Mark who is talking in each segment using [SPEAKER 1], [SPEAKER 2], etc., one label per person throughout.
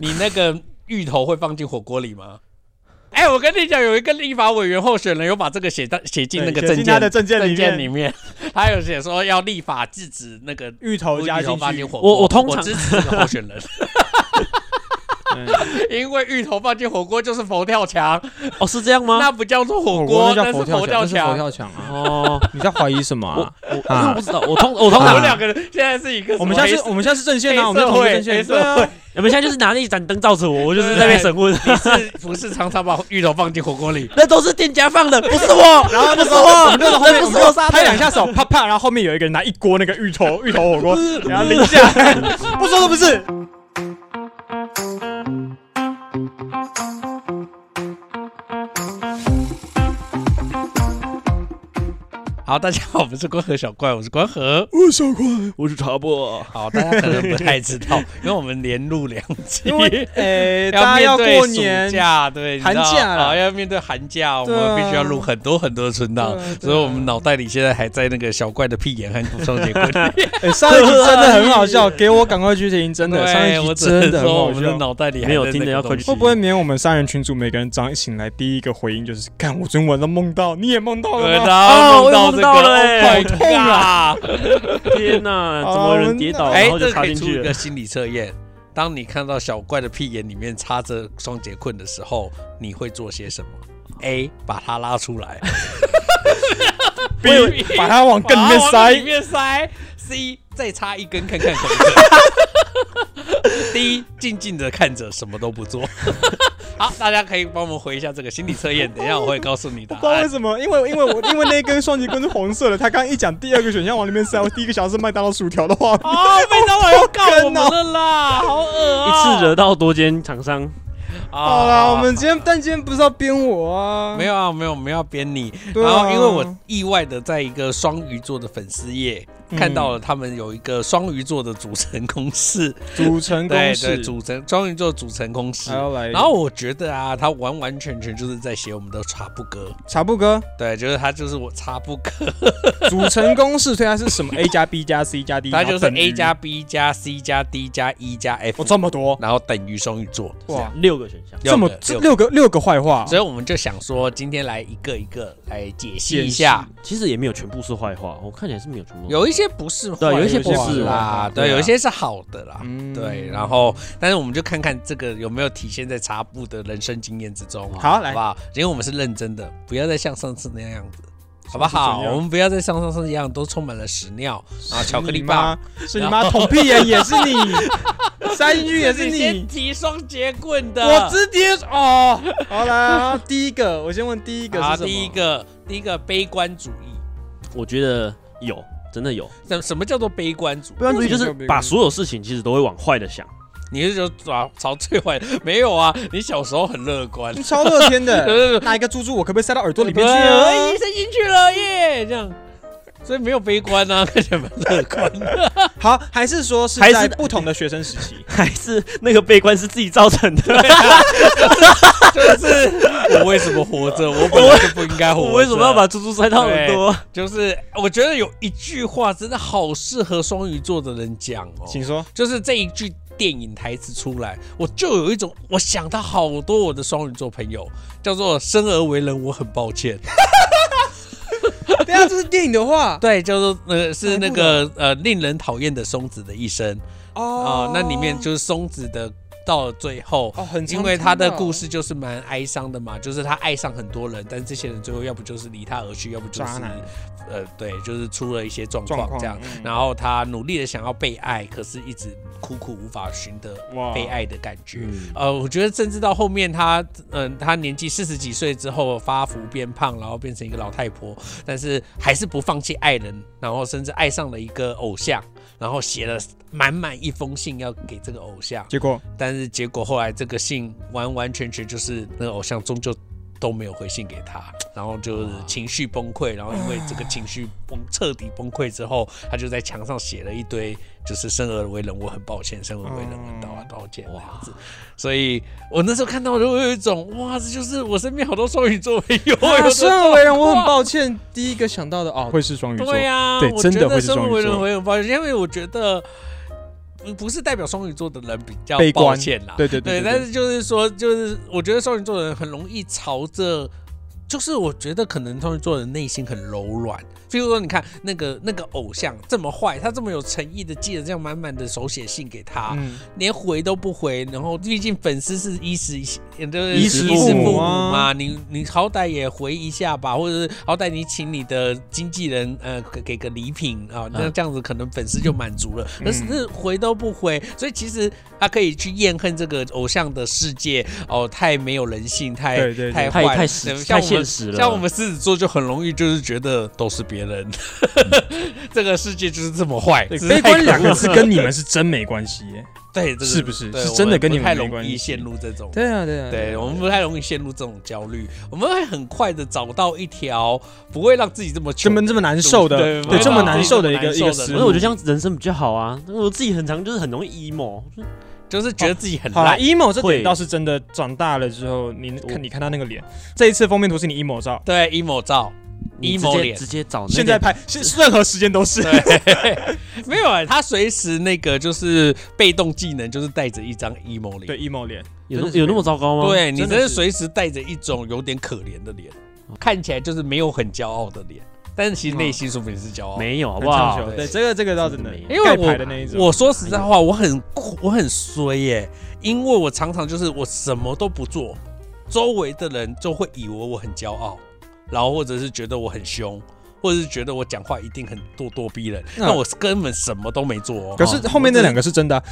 [SPEAKER 1] 你那个芋头会放进火锅里吗？哎、我跟你讲，有一个立法委员候选人有把这个写到写进那个
[SPEAKER 2] 对写
[SPEAKER 1] 证
[SPEAKER 2] 进
[SPEAKER 1] 件
[SPEAKER 2] 他的证件里
[SPEAKER 1] 证件
[SPEAKER 2] 面，
[SPEAKER 1] 里面，他有写说要立法制止那个
[SPEAKER 2] 芋头加
[SPEAKER 1] 芋头
[SPEAKER 2] 进
[SPEAKER 1] 放
[SPEAKER 2] 去哦
[SPEAKER 1] 进。火锅。
[SPEAKER 3] 我我通常
[SPEAKER 1] 支持这个候选人，
[SPEAKER 2] 嗯
[SPEAKER 1] 因为芋头放进火锅就是佛跳墙，
[SPEAKER 3] 哦，是这样吗？
[SPEAKER 1] 那不叫做火
[SPEAKER 4] 锅
[SPEAKER 1] 锅，
[SPEAKER 4] 那叫
[SPEAKER 1] 是
[SPEAKER 4] 佛跳
[SPEAKER 1] 跳
[SPEAKER 4] 那是佛
[SPEAKER 1] 墙。
[SPEAKER 4] 跳墙 啊！
[SPEAKER 3] 哦，
[SPEAKER 4] 你在怀疑什么
[SPEAKER 3] 我
[SPEAKER 4] 啊？
[SPEAKER 3] 我
[SPEAKER 4] 啊
[SPEAKER 3] 我不知道，我通我通
[SPEAKER 1] 我
[SPEAKER 3] 常
[SPEAKER 1] 们两个人现在是一个什么
[SPEAKER 4] 我们现在
[SPEAKER 1] 黑
[SPEAKER 4] 是，我们现在是阵线啊，我
[SPEAKER 1] 黑
[SPEAKER 4] 们在
[SPEAKER 1] 社
[SPEAKER 4] 同一个
[SPEAKER 1] 会，
[SPEAKER 4] 阵
[SPEAKER 1] 黑
[SPEAKER 4] 线。
[SPEAKER 1] 社
[SPEAKER 2] 啊
[SPEAKER 1] 会，
[SPEAKER 3] 你们现在就是拿那一盏灯照着我，我就是在被审问，
[SPEAKER 1] 你是不是常常把芋头放进火锅里？
[SPEAKER 3] 那都是店家放的，不是我，
[SPEAKER 2] 然后
[SPEAKER 3] 不
[SPEAKER 2] 那
[SPEAKER 3] 是
[SPEAKER 2] 时 候
[SPEAKER 3] 我，
[SPEAKER 2] 我们那时候后
[SPEAKER 3] 那
[SPEAKER 2] 面
[SPEAKER 3] 不是
[SPEAKER 2] 我
[SPEAKER 3] 我
[SPEAKER 2] 们
[SPEAKER 3] 杀
[SPEAKER 2] 拍两
[SPEAKER 3] 的。
[SPEAKER 2] 下手，啪啪，然后后面有一个人拿一锅那个芋头芋头火 锅，然后淋下 来，不说都不是。
[SPEAKER 1] 好，大家好，我们是关河小怪，我是关河。
[SPEAKER 2] 我小快，我是茶波。
[SPEAKER 1] 好，大家可能不太知道，因为我们连录两集，
[SPEAKER 2] 因为 诶，
[SPEAKER 1] 要
[SPEAKER 2] 大家
[SPEAKER 1] 面
[SPEAKER 2] 要
[SPEAKER 1] 对
[SPEAKER 2] 过
[SPEAKER 1] 暑
[SPEAKER 2] 年，
[SPEAKER 1] 假对
[SPEAKER 2] 寒假啦
[SPEAKER 1] 啊，要面对寒假，我
[SPEAKER 2] 对啊
[SPEAKER 1] 们必须要录很多很多的存档
[SPEAKER 2] 对啊对啊，
[SPEAKER 1] 所以我们脑袋里现在还在那个小怪的屁眼和骨松结棍。
[SPEAKER 2] 诶呃上一集真的很好 笑，给我赶快去听，真的上
[SPEAKER 1] 对，
[SPEAKER 2] 一
[SPEAKER 1] 我
[SPEAKER 2] 集
[SPEAKER 1] 只能
[SPEAKER 2] 真的很
[SPEAKER 1] 说我
[SPEAKER 2] 好
[SPEAKER 1] 们的
[SPEAKER 2] 笑。
[SPEAKER 1] 脑袋里还
[SPEAKER 3] 没有
[SPEAKER 1] 在
[SPEAKER 3] 听的
[SPEAKER 1] 那个
[SPEAKER 3] 要快
[SPEAKER 1] 东
[SPEAKER 3] 去
[SPEAKER 1] 西
[SPEAKER 2] 会不会免我们三人群组每个人早上醒来第一个回应就是：看我昨天晚上梦到，你也梦到了
[SPEAKER 1] 对，
[SPEAKER 2] 吗？
[SPEAKER 1] 然
[SPEAKER 3] 哦
[SPEAKER 1] 后
[SPEAKER 3] 我
[SPEAKER 1] 弄到
[SPEAKER 3] 也梦
[SPEAKER 1] 这
[SPEAKER 3] 到
[SPEAKER 1] 个，
[SPEAKER 3] 了欸
[SPEAKER 1] 哦好痛啊！
[SPEAKER 3] 天哪，怎么有人跌倒
[SPEAKER 1] 哎
[SPEAKER 3] 然，后就
[SPEAKER 1] 这
[SPEAKER 3] 插
[SPEAKER 1] 可以
[SPEAKER 3] 进
[SPEAKER 1] 出
[SPEAKER 3] 去
[SPEAKER 1] 一
[SPEAKER 3] 了
[SPEAKER 1] 个？心理测验。当你看到小怪的屁眼里面插着双节棍的时候，你会做些什么？A. 把它拉出来
[SPEAKER 2] B，把它往更里面
[SPEAKER 1] 把它往
[SPEAKER 2] 塞
[SPEAKER 1] 里。面塞。C. 再插一根看看可不可以。D. 静静的看着，什么都不做。好，大家可以帮我们回一下这个心理测验，等一下我会告诉你
[SPEAKER 2] 我
[SPEAKER 1] 答
[SPEAKER 2] 不知道为
[SPEAKER 1] 案。
[SPEAKER 2] 什么，因为因为我因为那根双节棍是红色的，他刚一讲第二个选项往里面塞，我第一个想到是麦当劳薯条的画 面。
[SPEAKER 1] 哦，被张老要告我
[SPEAKER 2] 我
[SPEAKER 1] 们了啦，好恶
[SPEAKER 3] 一次惹到多间厂商，
[SPEAKER 2] 好啦，我们今天啊但今天不是要编我啊，
[SPEAKER 1] 没有啊，没有，我们要编你。
[SPEAKER 2] 对啊
[SPEAKER 1] 然后因为我意外的在一个双鱼座的粉丝页、看到了他们有一个双鱼座的组成公式，
[SPEAKER 2] 组成
[SPEAKER 1] 对
[SPEAKER 2] 公
[SPEAKER 1] 对，
[SPEAKER 2] 式，
[SPEAKER 1] 组成双鱼座组成公式
[SPEAKER 2] 还。要来，
[SPEAKER 1] 然后我觉得啊，他完完全全就是在写我们的茶布哥，
[SPEAKER 2] 茶布哥
[SPEAKER 1] 对，就是他就是我茶布 哥，
[SPEAKER 2] 组成公式，所以它是什么 A 加 B 加 C 加 D，
[SPEAKER 1] 他就是
[SPEAKER 2] 然后等于
[SPEAKER 1] A 加 B 加 C 加 D 加 E 加 F，
[SPEAKER 2] 哦这么多
[SPEAKER 1] 然后等于双鱼座，
[SPEAKER 2] 哇，
[SPEAKER 3] 六个选项，
[SPEAKER 1] 六
[SPEAKER 2] 这么
[SPEAKER 1] 个
[SPEAKER 2] 这
[SPEAKER 1] 六个
[SPEAKER 2] 六个六个坏话
[SPEAKER 1] 所以我们就想说，今天来一个一个来解析
[SPEAKER 2] 解
[SPEAKER 1] 一
[SPEAKER 2] 析
[SPEAKER 1] 下，
[SPEAKER 3] 其实也没有全部是坏话，我看起来是没有全部。
[SPEAKER 1] 有一些不是坏，
[SPEAKER 3] 对有一些
[SPEAKER 1] 不
[SPEAKER 3] 不
[SPEAKER 1] 是
[SPEAKER 3] 是
[SPEAKER 1] 啦，对，
[SPEAKER 2] 对啊
[SPEAKER 1] 有一些是好的啦，
[SPEAKER 2] 嗯
[SPEAKER 1] 对。然后，但是我们就看看这个有没有体现在茶布的人生经验之中，
[SPEAKER 2] 好
[SPEAKER 1] 好
[SPEAKER 2] 来
[SPEAKER 1] 不好？因为我们是认真的，不要再像上次那样子。好不
[SPEAKER 2] 上次
[SPEAKER 1] 好？
[SPEAKER 2] 怎样
[SPEAKER 1] 我们不要再像上次一样，都充满了屎尿啊，巧克力棒，
[SPEAKER 2] 吗？是你妈捅屁眼也是 你，塞进去也是
[SPEAKER 1] 先
[SPEAKER 2] 你。
[SPEAKER 1] 提双节棍的。
[SPEAKER 2] 我直接哦，好啦， 第一个，我先问第一个
[SPEAKER 1] 啊，
[SPEAKER 2] 是什么？
[SPEAKER 1] 第一个，第一个悲观主义。
[SPEAKER 3] 我觉得有，真的有。
[SPEAKER 1] 什什么叫做悲观主义？
[SPEAKER 3] 不然主义就
[SPEAKER 2] 为
[SPEAKER 3] 是
[SPEAKER 2] 什么叫悲观
[SPEAKER 3] 把所有事情其实都会往坏的想。
[SPEAKER 1] 你是说朝朝最坏的？没有啊，你小时候很乐 观，
[SPEAKER 2] 你超乐天 的，
[SPEAKER 1] 呃
[SPEAKER 2] 拿一个猪猪，我可不可以塞到耳朵里面去
[SPEAKER 1] 哎
[SPEAKER 2] 啊？
[SPEAKER 1] 伸进去了耶，这样，所以没有悲观啊，看起来蛮乐观的。
[SPEAKER 2] 好，还是说是
[SPEAKER 3] 还
[SPEAKER 2] 在
[SPEAKER 3] 是？
[SPEAKER 2] 不同的学生时期
[SPEAKER 1] 哦
[SPEAKER 3] 还是那个悲观是自己造成的。
[SPEAKER 1] 就是我为什么活着？我本来就不应
[SPEAKER 2] 哦
[SPEAKER 1] 该活着。
[SPEAKER 3] 我为什
[SPEAKER 2] 啊
[SPEAKER 3] 么要把？猪猪塞到耳朵？
[SPEAKER 1] 就是我觉得有一句话真的好适合双鱼座的人讲哦，
[SPEAKER 2] 请说，
[SPEAKER 1] 就是这一句电影台词出来，我就有一种我想到好多我的双鱼座朋友，叫做生而为人，我很抱歉。
[SPEAKER 2] 对啊，这是电影的话
[SPEAKER 1] 对，叫做呃是那个呃令人讨厌的松子的一生。 哦，那里面就是松子的到了最后，
[SPEAKER 2] 哦，很常
[SPEAKER 1] 因为他的
[SPEAKER 2] 听到
[SPEAKER 1] 故事就是蛮哀伤的嘛，就是他爱上很多人，但这些人最后要不就是离他而去，要不就是
[SPEAKER 2] 渣男
[SPEAKER 1] 呃对，就是出了一些状
[SPEAKER 2] 状
[SPEAKER 1] 况
[SPEAKER 2] 况
[SPEAKER 1] 这样。
[SPEAKER 2] 嗯
[SPEAKER 1] 然后他努力的想要被爱，可是一直苦苦无法寻得
[SPEAKER 2] 哇
[SPEAKER 1] 被爱的感觉。
[SPEAKER 3] 嗯
[SPEAKER 1] 呃，我觉得甚至到后面他，嗯、他年纪四十几岁之后发福变胖，然后变成一个老太婆，但是还是不放弃爱人，然后甚至爱上了一个偶像，然后写了满满一封信要给这个偶像，
[SPEAKER 2] 结果
[SPEAKER 1] 但是结果后来这个信完完全全就是那个偶像终究都没有回信给他，然后就是情绪崩溃，然后因为这个情绪崩彻底崩溃之后，他就在墙上写了一堆就是生而为人我很抱歉，生而为人我道啊道歉这样子。所以我那时候看到就有一种哇，这就是我身边好多双鱼座朋友有
[SPEAKER 2] 啊
[SPEAKER 1] 的
[SPEAKER 2] 生而为人，我
[SPEAKER 1] 状
[SPEAKER 2] 很
[SPEAKER 1] 况
[SPEAKER 2] 抱歉，第一个想到的哦，会是双鱼座
[SPEAKER 1] 对，呀、啊
[SPEAKER 2] 对
[SPEAKER 1] 我
[SPEAKER 2] 真
[SPEAKER 1] 觉
[SPEAKER 2] 的
[SPEAKER 1] 得
[SPEAKER 2] 会是
[SPEAKER 1] 生
[SPEAKER 2] 双
[SPEAKER 1] 而
[SPEAKER 2] 鱼
[SPEAKER 1] 为人
[SPEAKER 2] 座
[SPEAKER 1] 我很抱歉，因为我觉得。嗯不是代表双鱼座的人比较
[SPEAKER 2] 悲
[SPEAKER 1] 啊抱
[SPEAKER 2] 观
[SPEAKER 1] 歉啦，
[SPEAKER 2] 对对
[SPEAKER 1] 对，但是就是说，就是我觉得双鱼座的人很容易朝着，就是我觉得可能双鱼座的内心很柔软。比如说，你看那个那个偶像这么坏，他这么有诚意的寄了这样满满的手写信给他，
[SPEAKER 2] 嗯，
[SPEAKER 1] 连回都不回。然后，毕竟粉丝是衣食就是
[SPEAKER 3] 衣食
[SPEAKER 1] 父
[SPEAKER 3] 父母
[SPEAKER 1] 母
[SPEAKER 2] 啊
[SPEAKER 1] 嘛，你你好歹也回一下吧，或者是好歹你请你的经纪人呃给给个礼品啊，那
[SPEAKER 3] 嗯
[SPEAKER 1] 这样子可能粉丝就满足了。
[SPEAKER 2] 嗯
[SPEAKER 1] 可是回都不回，所以其实他可以去厌恨这个偶像的世界哦，太没有人性，太
[SPEAKER 2] 对对对
[SPEAKER 1] 太
[SPEAKER 3] 太
[SPEAKER 1] 坏，
[SPEAKER 3] 太实
[SPEAKER 1] 对像我
[SPEAKER 3] 太
[SPEAKER 1] 们
[SPEAKER 3] 现实了。
[SPEAKER 1] 像我们狮子座就很容易就是觉得 都是别人，这个世界就是这么坏，
[SPEAKER 2] 对
[SPEAKER 1] 只是
[SPEAKER 2] 悲
[SPEAKER 1] 太
[SPEAKER 2] 观
[SPEAKER 1] 可
[SPEAKER 2] 两个
[SPEAKER 1] 恶
[SPEAKER 2] 字跟你们是真没关系耶。
[SPEAKER 1] 对，这个
[SPEAKER 2] 是不是
[SPEAKER 1] 对
[SPEAKER 2] 是
[SPEAKER 1] 我
[SPEAKER 2] 真的跟
[SPEAKER 1] 不
[SPEAKER 2] 你们
[SPEAKER 1] 太
[SPEAKER 2] 没
[SPEAKER 1] 容
[SPEAKER 2] 关
[SPEAKER 1] 易
[SPEAKER 2] 系
[SPEAKER 1] 陷入这种。
[SPEAKER 2] 啊，对啊
[SPEAKER 1] 对，我们不太容易陷入这种焦虑，我们会很快的找到一条不会让自己这么
[SPEAKER 2] 这
[SPEAKER 1] 穷
[SPEAKER 2] 么这么难受的，
[SPEAKER 1] 对
[SPEAKER 2] 对，这么难受的一
[SPEAKER 1] 这
[SPEAKER 2] 个
[SPEAKER 1] 么难
[SPEAKER 2] 一
[SPEAKER 1] 受的
[SPEAKER 2] 个思
[SPEAKER 3] 不是，我
[SPEAKER 2] 路
[SPEAKER 3] 觉得。这样人生比较好啊。我自己很常就是很容易 emo，
[SPEAKER 1] 就是觉得自己很
[SPEAKER 2] 好啦
[SPEAKER 1] 烂。
[SPEAKER 2] emo 这点
[SPEAKER 3] 会
[SPEAKER 2] 倒是真的，长大了之后，你
[SPEAKER 3] 我
[SPEAKER 2] 看你看他那个脸，这一次封面图是你 emo 照，
[SPEAKER 1] 对，emo 照，
[SPEAKER 3] 你直
[SPEAKER 1] emo
[SPEAKER 3] 接
[SPEAKER 1] 脸
[SPEAKER 3] 直接找那个
[SPEAKER 2] 现在拍，现任何时间都是。
[SPEAKER 1] 对，没有啊，他随时那个就是被动技能，就是带着一张 emo
[SPEAKER 2] 对
[SPEAKER 1] 脸。
[SPEAKER 2] emo 脸，
[SPEAKER 3] 有
[SPEAKER 2] 真的
[SPEAKER 3] 那
[SPEAKER 2] 是
[SPEAKER 3] 有那么糟糕吗？
[SPEAKER 1] 对你
[SPEAKER 2] 真的
[SPEAKER 1] 真是
[SPEAKER 2] 是
[SPEAKER 1] 随时带着一种有点可怜的脸，看起来就是没有很骄傲的脸，但是其实内心说不定是骄傲的。
[SPEAKER 3] 没有好
[SPEAKER 2] 好
[SPEAKER 3] 不好？
[SPEAKER 1] 对
[SPEAKER 2] 对，这个这个倒真的，
[SPEAKER 3] 因
[SPEAKER 1] 为
[SPEAKER 2] 盖
[SPEAKER 1] 我
[SPEAKER 2] 牌的那一种，
[SPEAKER 1] 我说实在话，我很我很衰耶、因为我常常就是我什么都不做，周围的人就会以为我很骄傲，然后或者是觉得我很凶，或者是觉得我讲话一定很咄咄逼人。
[SPEAKER 2] 那
[SPEAKER 1] 那我根本什么都没做哦。
[SPEAKER 2] 可是后面那两个是真的啊、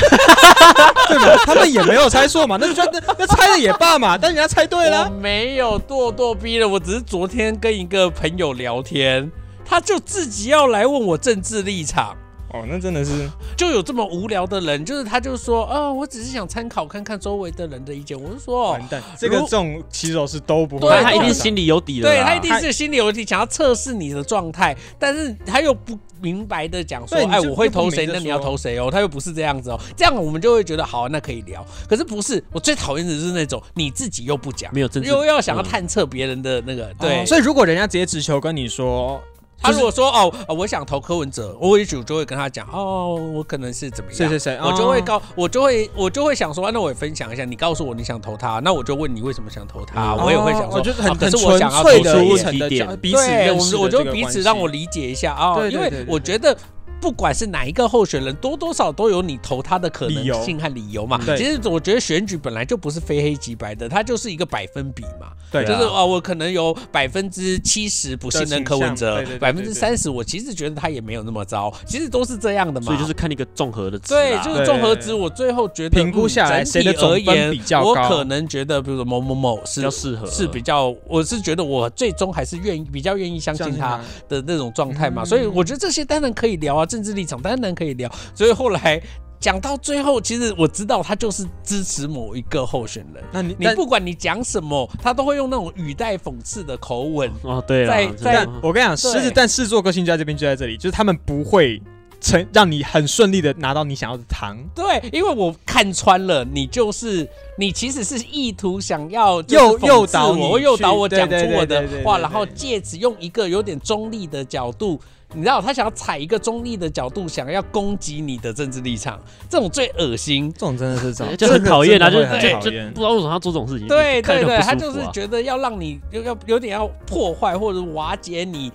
[SPEAKER 2] 对吧？他们也没有猜错嘛，那就那那猜了也罢嘛，但人家猜对
[SPEAKER 1] 我
[SPEAKER 2] 了。
[SPEAKER 1] 没有咄咄逼人，我只是昨天跟一个朋友聊天，他就自己要来问我政治立场。
[SPEAKER 2] 哦，那真的是
[SPEAKER 1] 就有这么无聊的人，就是他就说，哦，我只是想参考看看周围的人的意见。我就说，哦
[SPEAKER 2] 完蛋，哦这个
[SPEAKER 1] 如
[SPEAKER 2] 这种骑手是都不会
[SPEAKER 1] 对
[SPEAKER 3] 他
[SPEAKER 2] 上场的，
[SPEAKER 3] 他一定心里有底了啦。
[SPEAKER 1] 对他一定是心里有问题，想要测试你的状态，但是他又不明白的讲说
[SPEAKER 2] 对，你
[SPEAKER 1] 哎，
[SPEAKER 2] 就
[SPEAKER 1] 我会
[SPEAKER 2] 就不
[SPEAKER 1] 投
[SPEAKER 2] 明
[SPEAKER 1] 谁，
[SPEAKER 2] 着
[SPEAKER 1] 那你要
[SPEAKER 2] 说
[SPEAKER 1] 投谁哦，他又不是这样子哦，这样我们就会觉得好，啊那可以聊。可是不是，我最讨厌的就是那种你自己又不讲，
[SPEAKER 3] 没有政治
[SPEAKER 1] 又要想要
[SPEAKER 3] 嗯
[SPEAKER 1] 探测别人的那个，
[SPEAKER 2] 哦
[SPEAKER 1] 对，
[SPEAKER 2] 所以如果人家直接直球跟你说，
[SPEAKER 1] 他
[SPEAKER 2] 就是
[SPEAKER 1] 如果说哦、呃我想投柯文哲，我也许我就会跟他讲哦，我可能是怎么
[SPEAKER 2] 谁
[SPEAKER 1] 样
[SPEAKER 2] 谁。谁，
[SPEAKER 1] 我就会
[SPEAKER 2] 哦
[SPEAKER 1] 告，我就会，我就会想说，啊那我也分享一下，你告诉我你想投他，那我就问你为什么想投他，
[SPEAKER 3] 嗯
[SPEAKER 1] 我也会想
[SPEAKER 2] 哦
[SPEAKER 1] 说，
[SPEAKER 2] 就是
[SPEAKER 1] 啊
[SPEAKER 2] 很
[SPEAKER 1] 可
[SPEAKER 2] 很
[SPEAKER 1] 是我
[SPEAKER 2] 纯
[SPEAKER 1] 想要
[SPEAKER 2] 粹
[SPEAKER 1] 投
[SPEAKER 2] 的
[SPEAKER 1] 谁
[SPEAKER 2] 一
[SPEAKER 3] 出
[SPEAKER 2] 层
[SPEAKER 3] 问
[SPEAKER 2] 的
[SPEAKER 3] 题
[SPEAKER 2] 交
[SPEAKER 3] 点
[SPEAKER 2] 彼此
[SPEAKER 1] 对，
[SPEAKER 2] 认
[SPEAKER 1] 我
[SPEAKER 2] 识
[SPEAKER 1] 们
[SPEAKER 2] 的
[SPEAKER 1] 我
[SPEAKER 2] 这
[SPEAKER 1] 就
[SPEAKER 2] 个
[SPEAKER 1] 彼此
[SPEAKER 2] 关
[SPEAKER 1] 让我
[SPEAKER 2] 系
[SPEAKER 1] 理解一下啊、
[SPEAKER 2] 对对
[SPEAKER 1] 因为
[SPEAKER 2] 对对
[SPEAKER 1] 我觉得。不管是哪一个候选人，多多少都有你投他的可
[SPEAKER 2] 理由
[SPEAKER 1] 能性和理由嘛。
[SPEAKER 2] 嗯对
[SPEAKER 1] 其实我觉得选举本来就不是非黑即白的，它就是一个百分比嘛。
[SPEAKER 2] 对啊，
[SPEAKER 1] 就是啊，我可能有百分之七十不信任柯文哲
[SPEAKER 2] 的倾，向
[SPEAKER 1] 百
[SPEAKER 2] 对
[SPEAKER 1] 分
[SPEAKER 2] 对
[SPEAKER 1] 之
[SPEAKER 2] 对
[SPEAKER 1] 三十我其实觉得他也没有那么糟，其实都是这样的嘛。
[SPEAKER 3] 所以就是看一个综合的值啦。
[SPEAKER 1] 啊对，就是综合值，我最后觉得
[SPEAKER 2] 评估下来
[SPEAKER 1] 嗯
[SPEAKER 2] 谁的
[SPEAKER 1] 整体
[SPEAKER 2] 总分
[SPEAKER 1] 而言
[SPEAKER 2] 比较
[SPEAKER 1] 我
[SPEAKER 2] 高
[SPEAKER 1] 可能觉得，比如说某某某
[SPEAKER 3] 比
[SPEAKER 1] 是
[SPEAKER 3] 较适合
[SPEAKER 1] 是比较，我是觉得我最终还是愿意比较愿意相
[SPEAKER 2] 相
[SPEAKER 1] 信
[SPEAKER 2] 信
[SPEAKER 1] 他
[SPEAKER 2] 他。嗯
[SPEAKER 1] 的那种状态嘛，所以我觉得这些当然可以聊啊，政治立场当然可以聊。所以后来讲到最后，其实我知道他就是支持某一个候选人。
[SPEAKER 2] 那你
[SPEAKER 1] 你
[SPEAKER 2] 但
[SPEAKER 1] 不管你讲什么，他都会用那种语带讽刺的口吻。
[SPEAKER 3] 哦，对
[SPEAKER 1] 在
[SPEAKER 3] 了，
[SPEAKER 1] 在
[SPEAKER 3] 在
[SPEAKER 2] 但我跟你讲，狮
[SPEAKER 1] 对
[SPEAKER 2] 子但狮子座个性就在这边，就在这里，就是他们不会成让你很顺利的拿到你想要的糖，
[SPEAKER 1] 对，因为我看穿了，你就是你其实是意图想要就是讽
[SPEAKER 2] 诱
[SPEAKER 1] 刺
[SPEAKER 2] 诱导你
[SPEAKER 1] 我，诱导我
[SPEAKER 2] 去
[SPEAKER 1] 讲出
[SPEAKER 2] 对对
[SPEAKER 1] 我
[SPEAKER 2] 对
[SPEAKER 1] 的
[SPEAKER 2] 对对对
[SPEAKER 1] 话，
[SPEAKER 2] 对
[SPEAKER 1] 然后借此用一个有点中立的角度，你知道他想要踩一个中立的角度，想要攻击你的政治立场，这种最恶心。
[SPEAKER 2] 这种真的是这种
[SPEAKER 3] 就很讨厌啊，
[SPEAKER 2] 这
[SPEAKER 3] 就
[SPEAKER 2] 个真的
[SPEAKER 3] 就
[SPEAKER 2] 会
[SPEAKER 1] 对
[SPEAKER 2] 很
[SPEAKER 3] 就
[SPEAKER 2] 讨厌
[SPEAKER 3] 不知道为什么他做这种事情，
[SPEAKER 1] 对
[SPEAKER 3] 看
[SPEAKER 1] 对
[SPEAKER 3] 着
[SPEAKER 1] 对，
[SPEAKER 3] 很
[SPEAKER 1] 他
[SPEAKER 3] 不
[SPEAKER 1] 就
[SPEAKER 3] 舒服
[SPEAKER 1] 是
[SPEAKER 3] 啊
[SPEAKER 1] 觉得要让你有要有点要破坏或者瓦解你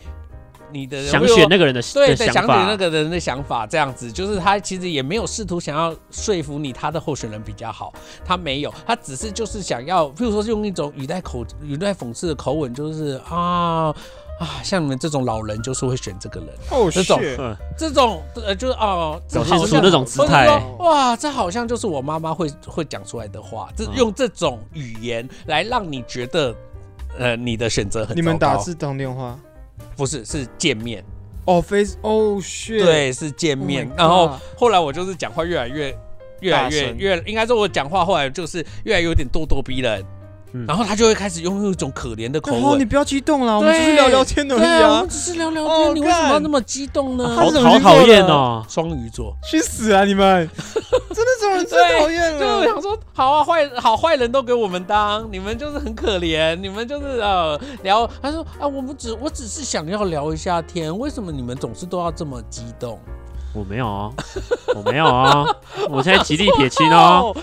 [SPEAKER 1] 你的
[SPEAKER 3] 想
[SPEAKER 1] 比如说
[SPEAKER 3] 选那个人的
[SPEAKER 1] 对
[SPEAKER 3] 的
[SPEAKER 1] 对，
[SPEAKER 3] 想
[SPEAKER 1] 想
[SPEAKER 3] 法，
[SPEAKER 1] 选那个人的想法这样子，就是他其实也没有试图想要说服你他的候选人比较好，他没有，他只是就是想要，譬如说是用一种语带口语带讽刺的口吻，就是啊。啊，像你们这种老人就是会选这个人，
[SPEAKER 2] 哦，
[SPEAKER 1] 这种
[SPEAKER 2] shit
[SPEAKER 3] 嗯，
[SPEAKER 1] 这种呃就是哦，这
[SPEAKER 3] 表
[SPEAKER 1] 好
[SPEAKER 3] 现
[SPEAKER 1] 像
[SPEAKER 3] 出那种姿
[SPEAKER 1] 或者
[SPEAKER 2] 啊
[SPEAKER 3] 态，
[SPEAKER 1] 说，哇，这好啊像就是我妈妈会会讲出来的话，这
[SPEAKER 3] 嗯
[SPEAKER 1] 用这种语言来让你觉得，呃，你的选择很
[SPEAKER 2] 你们
[SPEAKER 1] 糟糕
[SPEAKER 2] 打字通电话。
[SPEAKER 1] 不是是见面，
[SPEAKER 2] 哦，face，哦，shit，
[SPEAKER 1] 对，是见
[SPEAKER 2] Oh my
[SPEAKER 1] 面。
[SPEAKER 2] God
[SPEAKER 1] 然后后来我就是讲话越来越。越来
[SPEAKER 2] 大
[SPEAKER 1] 越
[SPEAKER 2] 声
[SPEAKER 1] 越，应该说我讲话后来就是越来越有点咄咄逼人，
[SPEAKER 3] 嗯
[SPEAKER 1] 然后他就会开始用一种可怜的口
[SPEAKER 2] 然后你
[SPEAKER 1] 吻。
[SPEAKER 2] 不要激动啦，我
[SPEAKER 1] 对
[SPEAKER 2] 们只是聊聊天而
[SPEAKER 1] 对
[SPEAKER 2] 已
[SPEAKER 1] 啊，我
[SPEAKER 2] 啊
[SPEAKER 1] 们，只是聊聊
[SPEAKER 2] 哦
[SPEAKER 1] 天，你为什么要
[SPEAKER 2] 干
[SPEAKER 1] 那么激动呢？
[SPEAKER 3] 好
[SPEAKER 2] 他是怎么
[SPEAKER 3] 好
[SPEAKER 2] 去做
[SPEAKER 3] 讨厌
[SPEAKER 2] 的
[SPEAKER 3] 哦，
[SPEAKER 1] 啊双鱼座，
[SPEAKER 2] 去死啊 你们！真的这种人
[SPEAKER 1] 对
[SPEAKER 2] 最讨厌
[SPEAKER 1] 就
[SPEAKER 2] 了。
[SPEAKER 1] 想说，好啊，坏好坏人都给我们当，你们就是很可怜，你们就是呃聊。他说啊，我们只我只是想要聊一下天，为什么你们总是都要这么激动？
[SPEAKER 3] 我没有啊，我没有啊，我现在极力撇清 哦。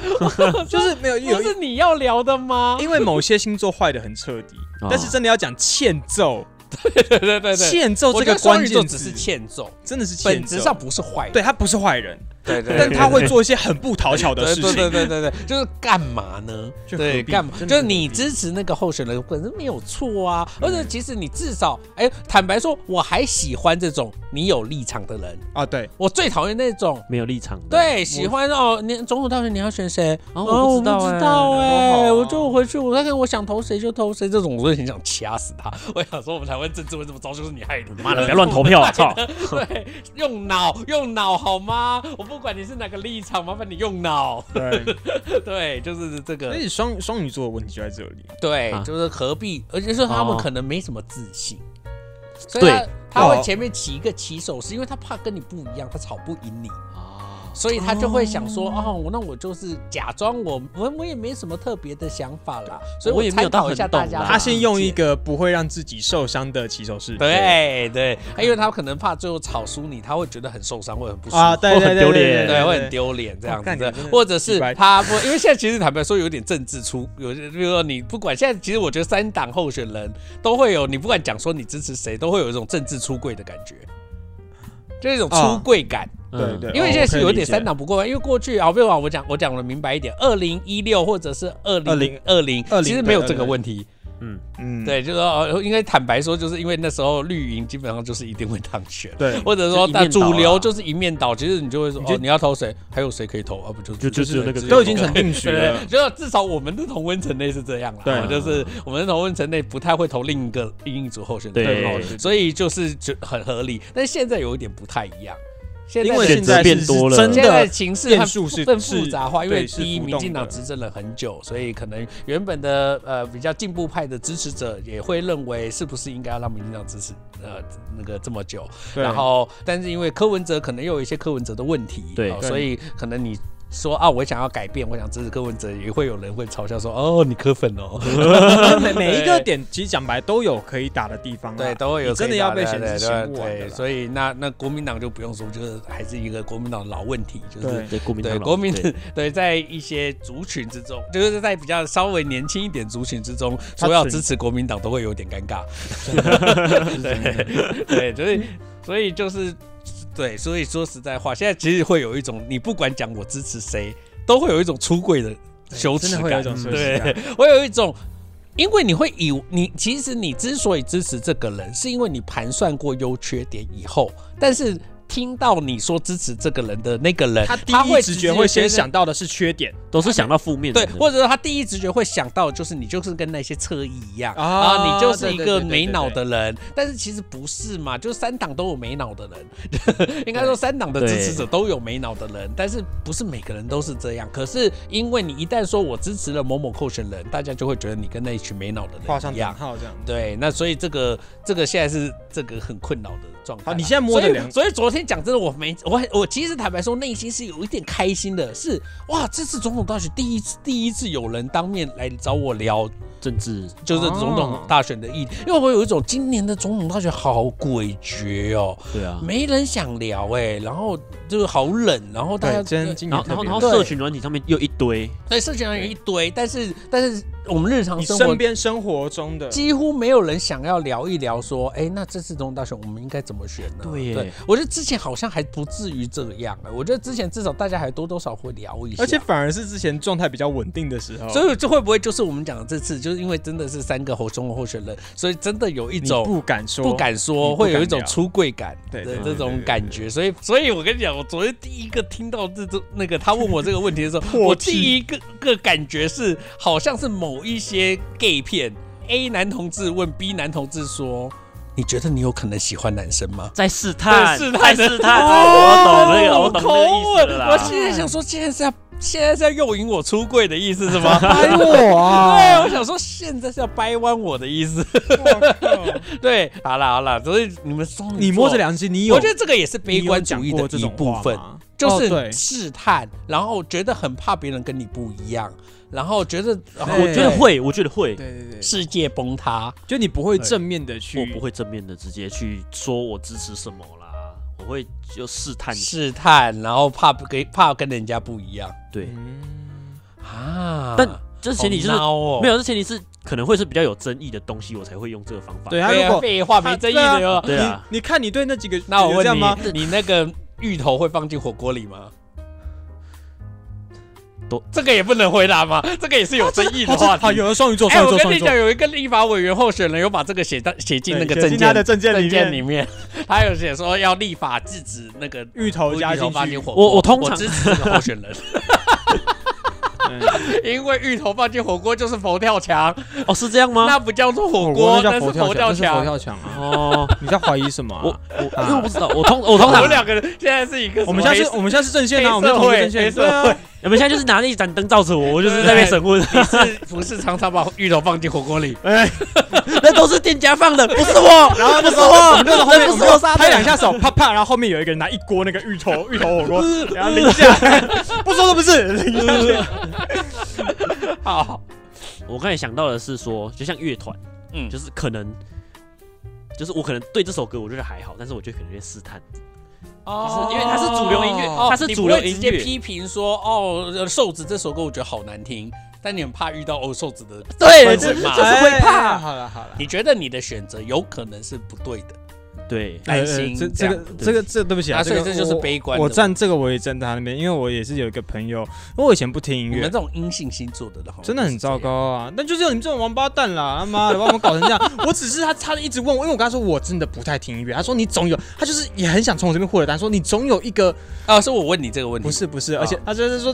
[SPEAKER 2] 就是没有有
[SPEAKER 1] 这是你要聊的吗？
[SPEAKER 2] 因为某些星座坏的很彻底，
[SPEAKER 3] 哦
[SPEAKER 2] 但是真的要讲欠揍，
[SPEAKER 1] 对对对对，
[SPEAKER 2] 欠揍
[SPEAKER 1] 我
[SPEAKER 2] 这
[SPEAKER 1] 觉
[SPEAKER 2] 个
[SPEAKER 1] 得双
[SPEAKER 2] 关
[SPEAKER 1] 鱼
[SPEAKER 2] 键
[SPEAKER 1] 座
[SPEAKER 2] 字
[SPEAKER 1] 只是，欠揍，
[SPEAKER 2] 真的是欠揍
[SPEAKER 1] 本质上不是坏人。
[SPEAKER 2] 对他不是坏人，
[SPEAKER 1] 对对
[SPEAKER 2] 但他会做一些很不讨巧的
[SPEAKER 1] 对
[SPEAKER 2] 事
[SPEAKER 1] 对对
[SPEAKER 2] 情。
[SPEAKER 1] 对对对，就是干嘛呢？
[SPEAKER 2] 就何
[SPEAKER 1] 对，
[SPEAKER 2] 必
[SPEAKER 1] 干嘛？
[SPEAKER 2] 真的
[SPEAKER 1] 就是
[SPEAKER 2] 何
[SPEAKER 1] 你
[SPEAKER 2] 必
[SPEAKER 1] 支持那个候选人本身没有错啊，而且其实你至少，哎，坦白说，我还喜欢这种你有立场的人，
[SPEAKER 2] 啊，对，
[SPEAKER 1] 我最讨厌那种。
[SPEAKER 3] 没有立场的。
[SPEAKER 1] 对，喜欢哦，你总统大选你要选谁？
[SPEAKER 3] 啊
[SPEAKER 1] 哦
[SPEAKER 3] 我不知道
[SPEAKER 1] 我不
[SPEAKER 3] 哎
[SPEAKER 1] 知道
[SPEAKER 2] 好好
[SPEAKER 1] 哎，
[SPEAKER 2] 啊
[SPEAKER 1] 我就回去，我看看我想投谁就投谁，这种我都很想掐死他。我想说，我们台湾政治会这么糟，就是你害的。
[SPEAKER 3] 妈的，不要乱投票啊！操！
[SPEAKER 1] 对，用脑用脑好吗？我不管你是哪个立场，麻烦你用脑。
[SPEAKER 2] 对，
[SPEAKER 1] 对，就是这个
[SPEAKER 2] 所。以双双鱼座的问题就在这里。
[SPEAKER 1] 对
[SPEAKER 3] 啊，
[SPEAKER 1] 就是何必？而且是他们
[SPEAKER 3] 哦
[SPEAKER 1] 可能没什么自信，所以
[SPEAKER 3] 对
[SPEAKER 1] 他他会
[SPEAKER 2] 哦
[SPEAKER 1] 前面起一个起手式，因为他怕跟你不一样，他吵不赢你。
[SPEAKER 3] 哦
[SPEAKER 1] 所以他就会想说，哦，我那我就是假装我我我也没什么特别的想法啦，所以
[SPEAKER 3] 我也没
[SPEAKER 1] 参
[SPEAKER 3] 有到
[SPEAKER 1] 考一下
[SPEAKER 3] 很懂
[SPEAKER 1] 大家的意
[SPEAKER 3] 啦
[SPEAKER 1] 见。
[SPEAKER 2] 他先用一个不会让自己受伤的起手式。
[SPEAKER 1] 对对，因为他可能怕最后吵输你，他会觉得很受伤，会很不舒服。
[SPEAKER 2] 啊，对
[SPEAKER 3] 会
[SPEAKER 2] 对
[SPEAKER 3] 很
[SPEAKER 2] 对
[SPEAKER 3] 丢
[SPEAKER 2] 对哦
[SPEAKER 3] 脸
[SPEAKER 1] 对，会很。丢脸这样
[SPEAKER 2] 干
[SPEAKER 1] 子
[SPEAKER 2] 你
[SPEAKER 1] 的
[SPEAKER 2] 真的，
[SPEAKER 1] 或者是
[SPEAKER 2] 鸡掰
[SPEAKER 1] 他不，因为现在其实坦白说有点政治出，有些比如说你不管现在，其实我觉得三党候选人都会有，你不管讲说你支持谁，都会有一种政治出柜的感觉，就是一种出
[SPEAKER 2] 啊
[SPEAKER 1] 柜感。
[SPEAKER 2] 对
[SPEAKER 3] 嗯
[SPEAKER 2] 对，
[SPEAKER 1] 因为
[SPEAKER 2] 哦
[SPEAKER 1] 现在是有点，
[SPEAKER 2] 我可以理
[SPEAKER 1] 三
[SPEAKER 2] 解
[SPEAKER 1] 党不过关，因为过去啊，比如我讲我讲的明白一点，二零一六或者是二零二零，
[SPEAKER 2] 20
[SPEAKER 1] 其实没有
[SPEAKER 2] 对
[SPEAKER 1] 这个问题。
[SPEAKER 2] 嗯，
[SPEAKER 1] 对，就是说，呃应该坦白说，就是因为那时候绿营基本上就是一定会当选。
[SPEAKER 2] 对，
[SPEAKER 1] 或者说
[SPEAKER 3] 就一
[SPEAKER 1] 但
[SPEAKER 3] 面倒啦
[SPEAKER 1] 主流就是一面倒，其实你就会说，
[SPEAKER 2] 就
[SPEAKER 1] 哦，你要投谁，还有谁可以投啊？不就
[SPEAKER 3] 就就只有那个
[SPEAKER 1] 只
[SPEAKER 2] 都已经
[SPEAKER 1] 那
[SPEAKER 2] 成
[SPEAKER 1] 个
[SPEAKER 2] 定局
[SPEAKER 1] 对对
[SPEAKER 2] 了，。
[SPEAKER 1] 就至少我们的同温层内是这样啦，
[SPEAKER 2] 对
[SPEAKER 1] 哦就是我们的同温层内不太会投另一个另一组候选人，
[SPEAKER 3] 对
[SPEAKER 1] 哦所以就是就很合理。但现在有一点不太一样，现在
[SPEAKER 2] 因为
[SPEAKER 1] 的
[SPEAKER 2] 现在
[SPEAKER 3] 选择
[SPEAKER 2] 是
[SPEAKER 3] 变多了
[SPEAKER 2] 是真
[SPEAKER 1] 现在的
[SPEAKER 2] 的
[SPEAKER 1] 情势
[SPEAKER 2] 变
[SPEAKER 1] 它
[SPEAKER 2] 数是
[SPEAKER 1] 更
[SPEAKER 2] 是
[SPEAKER 1] 复杂化，因为
[SPEAKER 2] 对是
[SPEAKER 1] 第一，
[SPEAKER 2] 浮
[SPEAKER 1] 民进
[SPEAKER 2] 动
[SPEAKER 1] 党
[SPEAKER 2] 的
[SPEAKER 1] 执政了很久，所以可能原本的呃比较进步派的支持者也会认为，是不是应该要让民进党支持呃那个这么久？
[SPEAKER 2] 对
[SPEAKER 1] 然后，但是因为柯文哲可能又有一些柯文哲的问题，
[SPEAKER 3] 对
[SPEAKER 1] 哦
[SPEAKER 2] 对
[SPEAKER 1] 所以可能你。说啊，我想要改变，我想支持柯文哲，也会有人会嘲笑说，哦，你柯粉哦，
[SPEAKER 2] 每每一个点，其实讲白都有可以打的地方 啊。
[SPEAKER 1] 对，都会有
[SPEAKER 2] 你真的
[SPEAKER 1] 可以打
[SPEAKER 2] 要被选之
[SPEAKER 1] 对
[SPEAKER 2] 嫌
[SPEAKER 1] 对
[SPEAKER 2] 恶啊
[SPEAKER 1] 对，
[SPEAKER 2] 对吧
[SPEAKER 1] 所以那那国民党就不用说，就是还是一个国民党的老问题，就是
[SPEAKER 2] 对
[SPEAKER 3] 对，国民党
[SPEAKER 1] 对
[SPEAKER 3] 老
[SPEAKER 1] 国民
[SPEAKER 3] 对
[SPEAKER 1] 对，在一些族群之中，就是在比较稍微年轻一点族群之中，
[SPEAKER 2] 他
[SPEAKER 1] 说要
[SPEAKER 2] 存
[SPEAKER 1] 支持国民党都会有点尴 尬。对对，所以所以就是对，所以说实在话，现在其实会有一种你不管讲我支持谁，都会有一种出柜的羞
[SPEAKER 2] 真
[SPEAKER 1] 耻
[SPEAKER 2] 的会有
[SPEAKER 1] 感
[SPEAKER 2] 一。种羞耻
[SPEAKER 1] 对
[SPEAKER 2] 感。，
[SPEAKER 1] 我有一种。因为你会以你其实你之所以支持这个人，是因为你盘算过优缺点以后，但是听到你说支持这个人的那个人，
[SPEAKER 2] 他第
[SPEAKER 1] 会
[SPEAKER 2] 一
[SPEAKER 1] 直
[SPEAKER 2] 直
[SPEAKER 1] 觉
[SPEAKER 2] 觉会
[SPEAKER 1] 觉得
[SPEAKER 2] 先想到的是缺点，
[SPEAKER 3] 都是想到负面的
[SPEAKER 1] 对，或者说他第一直觉会想到的就是你就是跟那些侧翼一样
[SPEAKER 2] 啊
[SPEAKER 1] 啊，你就是一
[SPEAKER 2] 对对对
[SPEAKER 1] 个
[SPEAKER 2] 对对
[SPEAKER 1] 没脑的人，但是其实不是嘛，就是三党都有没脑的人， 应该说三党的支持者都有没脑的人，但是不是每个人都是这样。可是因为你一旦说我支持了某某候选人，大家就会觉得你跟那一群没脑的
[SPEAKER 2] 画上
[SPEAKER 1] 人一
[SPEAKER 2] 等
[SPEAKER 1] 样。
[SPEAKER 2] 号这样。
[SPEAKER 1] 对，那所以这个这个现在是这个很困扰的状态啦。
[SPEAKER 2] 好啊你现在摸着
[SPEAKER 1] 所以
[SPEAKER 2] 良
[SPEAKER 1] 所以昨天讲真的，我没我我其实坦白说，内心是有一点开心的，是哇，这次总统大选第一次第一次有人当面来找我聊，
[SPEAKER 3] 政治
[SPEAKER 1] 就是总统
[SPEAKER 2] 哦
[SPEAKER 1] 大选的议题，因为我有一种今年的总统大选好诡谲哦，
[SPEAKER 3] 对啊。
[SPEAKER 1] 没人想聊哎、然后就是好冷，然后大家
[SPEAKER 2] 对，真今
[SPEAKER 3] 然
[SPEAKER 2] 年
[SPEAKER 3] 后然后
[SPEAKER 2] 特别
[SPEAKER 3] 然
[SPEAKER 2] 冷
[SPEAKER 3] 后社群软体上面又一堆，
[SPEAKER 1] 对社群上有一堆，但是但是我们日常
[SPEAKER 2] 你
[SPEAKER 1] 生活
[SPEAKER 2] 身边生活中的
[SPEAKER 1] 几乎没有人想要聊一聊说，哎、那这次总统大选我们应该怎么选呢？
[SPEAKER 3] 对耶
[SPEAKER 1] 我觉得之前好像还不至于这样、哎，我觉得之前至少大家还多多少会聊一下，
[SPEAKER 2] 而且。反而是之前状态比较稳定的时候，
[SPEAKER 1] 所以这会不会就是我们讲的这次，就是因为真的是三个候中的候选人，所以真的有一
[SPEAKER 2] 你
[SPEAKER 1] 种
[SPEAKER 2] 不敢说，
[SPEAKER 1] 不敢说，
[SPEAKER 2] 你不敢
[SPEAKER 1] 会有一种
[SPEAKER 2] 聊
[SPEAKER 1] 出柜感
[SPEAKER 2] 对
[SPEAKER 1] 的
[SPEAKER 2] 对
[SPEAKER 1] 这
[SPEAKER 2] 对对
[SPEAKER 1] 种
[SPEAKER 2] 对
[SPEAKER 1] 感觉。所以，所以我跟你讲，我昨天第一个听到这种那个他问我这个问题的时候，
[SPEAKER 2] 破
[SPEAKER 1] 我
[SPEAKER 2] 涕
[SPEAKER 1] 第一个个感觉是好像是某一些 gay 片，A 男同志问 B 男同志说：“你觉得你有可能喜欢男生吗？”
[SPEAKER 3] 在试探，
[SPEAKER 1] 在试探
[SPEAKER 3] 在试探。
[SPEAKER 2] 哦
[SPEAKER 3] 啊我懂那个，我懂那个意思了
[SPEAKER 1] 我
[SPEAKER 3] 啦。
[SPEAKER 1] 现在想说，现在是要现在是要诱引我出柜的意思是 吗？
[SPEAKER 2] 拍我
[SPEAKER 1] 对，
[SPEAKER 2] 啊！
[SPEAKER 1] 我想说现在是要掰弯我的意思。啊
[SPEAKER 2] 我靠
[SPEAKER 1] 对，好啦好啦，所以你们双鱼座
[SPEAKER 2] 你摸着，良心，你有
[SPEAKER 1] 我觉得这个也是悲观主义
[SPEAKER 2] 你
[SPEAKER 1] 的
[SPEAKER 2] 有讲过这
[SPEAKER 1] 一
[SPEAKER 2] 种
[SPEAKER 1] 部分
[SPEAKER 2] 话，吗
[SPEAKER 1] 就
[SPEAKER 2] 哦
[SPEAKER 1] 是
[SPEAKER 2] 对
[SPEAKER 1] 试探，然后觉得很怕别人跟你不一样，然后觉得然后
[SPEAKER 2] 对
[SPEAKER 3] 我觉得会，我觉得会，
[SPEAKER 2] 对对对，
[SPEAKER 1] 世界崩塌。
[SPEAKER 2] 就你不会正面的去，
[SPEAKER 3] 我不会正面的直接去说我支持什么啦，我会就试探，
[SPEAKER 1] 试探，然后怕不跟怕跟人家不一样
[SPEAKER 3] 对，
[SPEAKER 2] 嗯，
[SPEAKER 1] 啊。
[SPEAKER 3] 但这前提就是
[SPEAKER 1] 好孬哦
[SPEAKER 3] 没有，这前提是可能会是比较有争议的东西，我才会用这个方法。
[SPEAKER 2] 对啊，
[SPEAKER 1] 对
[SPEAKER 2] 如
[SPEAKER 1] 啊，
[SPEAKER 2] 果
[SPEAKER 1] 废话
[SPEAKER 2] 他
[SPEAKER 1] 没争议的
[SPEAKER 2] 对
[SPEAKER 1] 哟。
[SPEAKER 3] 对啊，
[SPEAKER 2] 你看你对那几个，
[SPEAKER 1] 那我
[SPEAKER 2] 这样吗？
[SPEAKER 1] 问你，你那个芋头会放进火锅里吗？
[SPEAKER 3] 都
[SPEAKER 1] 这个也不能回答吗？这个也是有争议的
[SPEAKER 2] 好这
[SPEAKER 1] 话
[SPEAKER 2] 好，
[SPEAKER 1] 题。
[SPEAKER 2] 有人双鱼座，
[SPEAKER 1] 哎，
[SPEAKER 2] 双鱼
[SPEAKER 1] 我
[SPEAKER 2] 座，
[SPEAKER 1] 跟
[SPEAKER 2] 双鱼
[SPEAKER 1] 你
[SPEAKER 2] 座
[SPEAKER 1] 讲，，有一个立法委员候选人有把这个写到写进那个
[SPEAKER 2] 对
[SPEAKER 1] 证
[SPEAKER 2] 进他的
[SPEAKER 1] 件
[SPEAKER 2] 证件
[SPEAKER 1] 证
[SPEAKER 2] 里
[SPEAKER 1] 件里
[SPEAKER 2] 面，
[SPEAKER 1] 面， 他有写说要立法制止那个
[SPEAKER 2] 芋头加
[SPEAKER 1] 芋头
[SPEAKER 2] 进
[SPEAKER 1] 放
[SPEAKER 2] 去
[SPEAKER 1] 进。火锅。
[SPEAKER 3] 我我通
[SPEAKER 1] 我
[SPEAKER 3] 常
[SPEAKER 1] 支持这个候选 人，
[SPEAKER 2] 嗯
[SPEAKER 1] 因为芋头放进火锅就是佛跳墙，
[SPEAKER 3] 哦是这样吗？
[SPEAKER 1] 那不叫做火锅
[SPEAKER 2] 火锅，
[SPEAKER 1] 那
[SPEAKER 2] 啊那叫
[SPEAKER 1] 是
[SPEAKER 2] 佛
[SPEAKER 1] 佛
[SPEAKER 2] 跳
[SPEAKER 1] 跳
[SPEAKER 2] 墙，那是
[SPEAKER 1] 墙。
[SPEAKER 2] 佛跳墙啊！
[SPEAKER 3] 哦，
[SPEAKER 2] 你在怀疑什么
[SPEAKER 3] 我
[SPEAKER 2] 啊？
[SPEAKER 3] 我因为我不知道，我通我通
[SPEAKER 1] 我
[SPEAKER 3] 常
[SPEAKER 1] 们两个人现在是一个什么
[SPEAKER 2] 我们现在
[SPEAKER 1] 黑
[SPEAKER 2] 是，我们现在是阵线啊，我
[SPEAKER 1] 黑
[SPEAKER 2] 们
[SPEAKER 1] 社
[SPEAKER 2] 是同一个
[SPEAKER 1] 会，
[SPEAKER 2] 阵
[SPEAKER 1] 黑
[SPEAKER 2] 线，
[SPEAKER 1] 社
[SPEAKER 2] 对啊
[SPEAKER 1] 会，
[SPEAKER 3] 你们现在就是拿那一盏灯照着我，我就是在被审问。
[SPEAKER 1] 你是不是常常把芋头放进火锅里？
[SPEAKER 3] 那都是店家放的，不是我。
[SPEAKER 2] 然后那时候
[SPEAKER 1] 哦
[SPEAKER 2] 我们那时候后面
[SPEAKER 3] 那
[SPEAKER 2] 我
[SPEAKER 3] 不是
[SPEAKER 2] 们
[SPEAKER 3] 我
[SPEAKER 2] 就
[SPEAKER 3] 杀的
[SPEAKER 2] 拍两下手，啪啪，然后后面有一个人拿一锅那个芋头芋头 火锅，然后淋下来，不说都不是，淋下去。
[SPEAKER 1] 好，
[SPEAKER 3] 我刚才想到的是说，就像乐团，
[SPEAKER 1] 嗯
[SPEAKER 3] 就是可能。就是我可能对这首歌我觉得还好，但是我就可能会试探，
[SPEAKER 1] 哦
[SPEAKER 3] 就是因为它是主流音乐
[SPEAKER 1] 哦
[SPEAKER 3] 它是主流音乐
[SPEAKER 1] 你不会直接批评说哦，呃瘦子这首歌我觉得好难听，但你很怕遇到哦瘦子的
[SPEAKER 3] 对
[SPEAKER 1] 这
[SPEAKER 3] 就是
[SPEAKER 1] 就是
[SPEAKER 3] 会怕
[SPEAKER 2] 哎好了好了，
[SPEAKER 1] 你觉得你的选择有可能是不对的，
[SPEAKER 3] 对，
[SPEAKER 1] 担
[SPEAKER 2] 呃
[SPEAKER 1] 心
[SPEAKER 2] 这
[SPEAKER 1] 这
[SPEAKER 2] 这
[SPEAKER 1] 样
[SPEAKER 2] 个这个这对不起
[SPEAKER 1] 啊
[SPEAKER 2] 啊，
[SPEAKER 1] 所以
[SPEAKER 2] 个
[SPEAKER 1] 这就是
[SPEAKER 2] 我
[SPEAKER 1] 悲观的
[SPEAKER 2] 我站这个我也站他那边，因为我也是有一个朋友，因为我以前不听音
[SPEAKER 1] 我们
[SPEAKER 2] 乐
[SPEAKER 1] 这。种阴性星座的人好像
[SPEAKER 2] 真的很糟糕
[SPEAKER 1] 都
[SPEAKER 2] 啊！但就是有你们这种王八蛋啦，他妈的把我们搞成这样。 我只是他，他一直问我，因为我跟他说我真的不太听音乐。他说你总有，他就是也很想从我这边获得答案，说你总有一个
[SPEAKER 1] 是这样。啊，是我问你这个问题，
[SPEAKER 2] 不是不是，
[SPEAKER 1] 啊
[SPEAKER 2] 而且他就是说，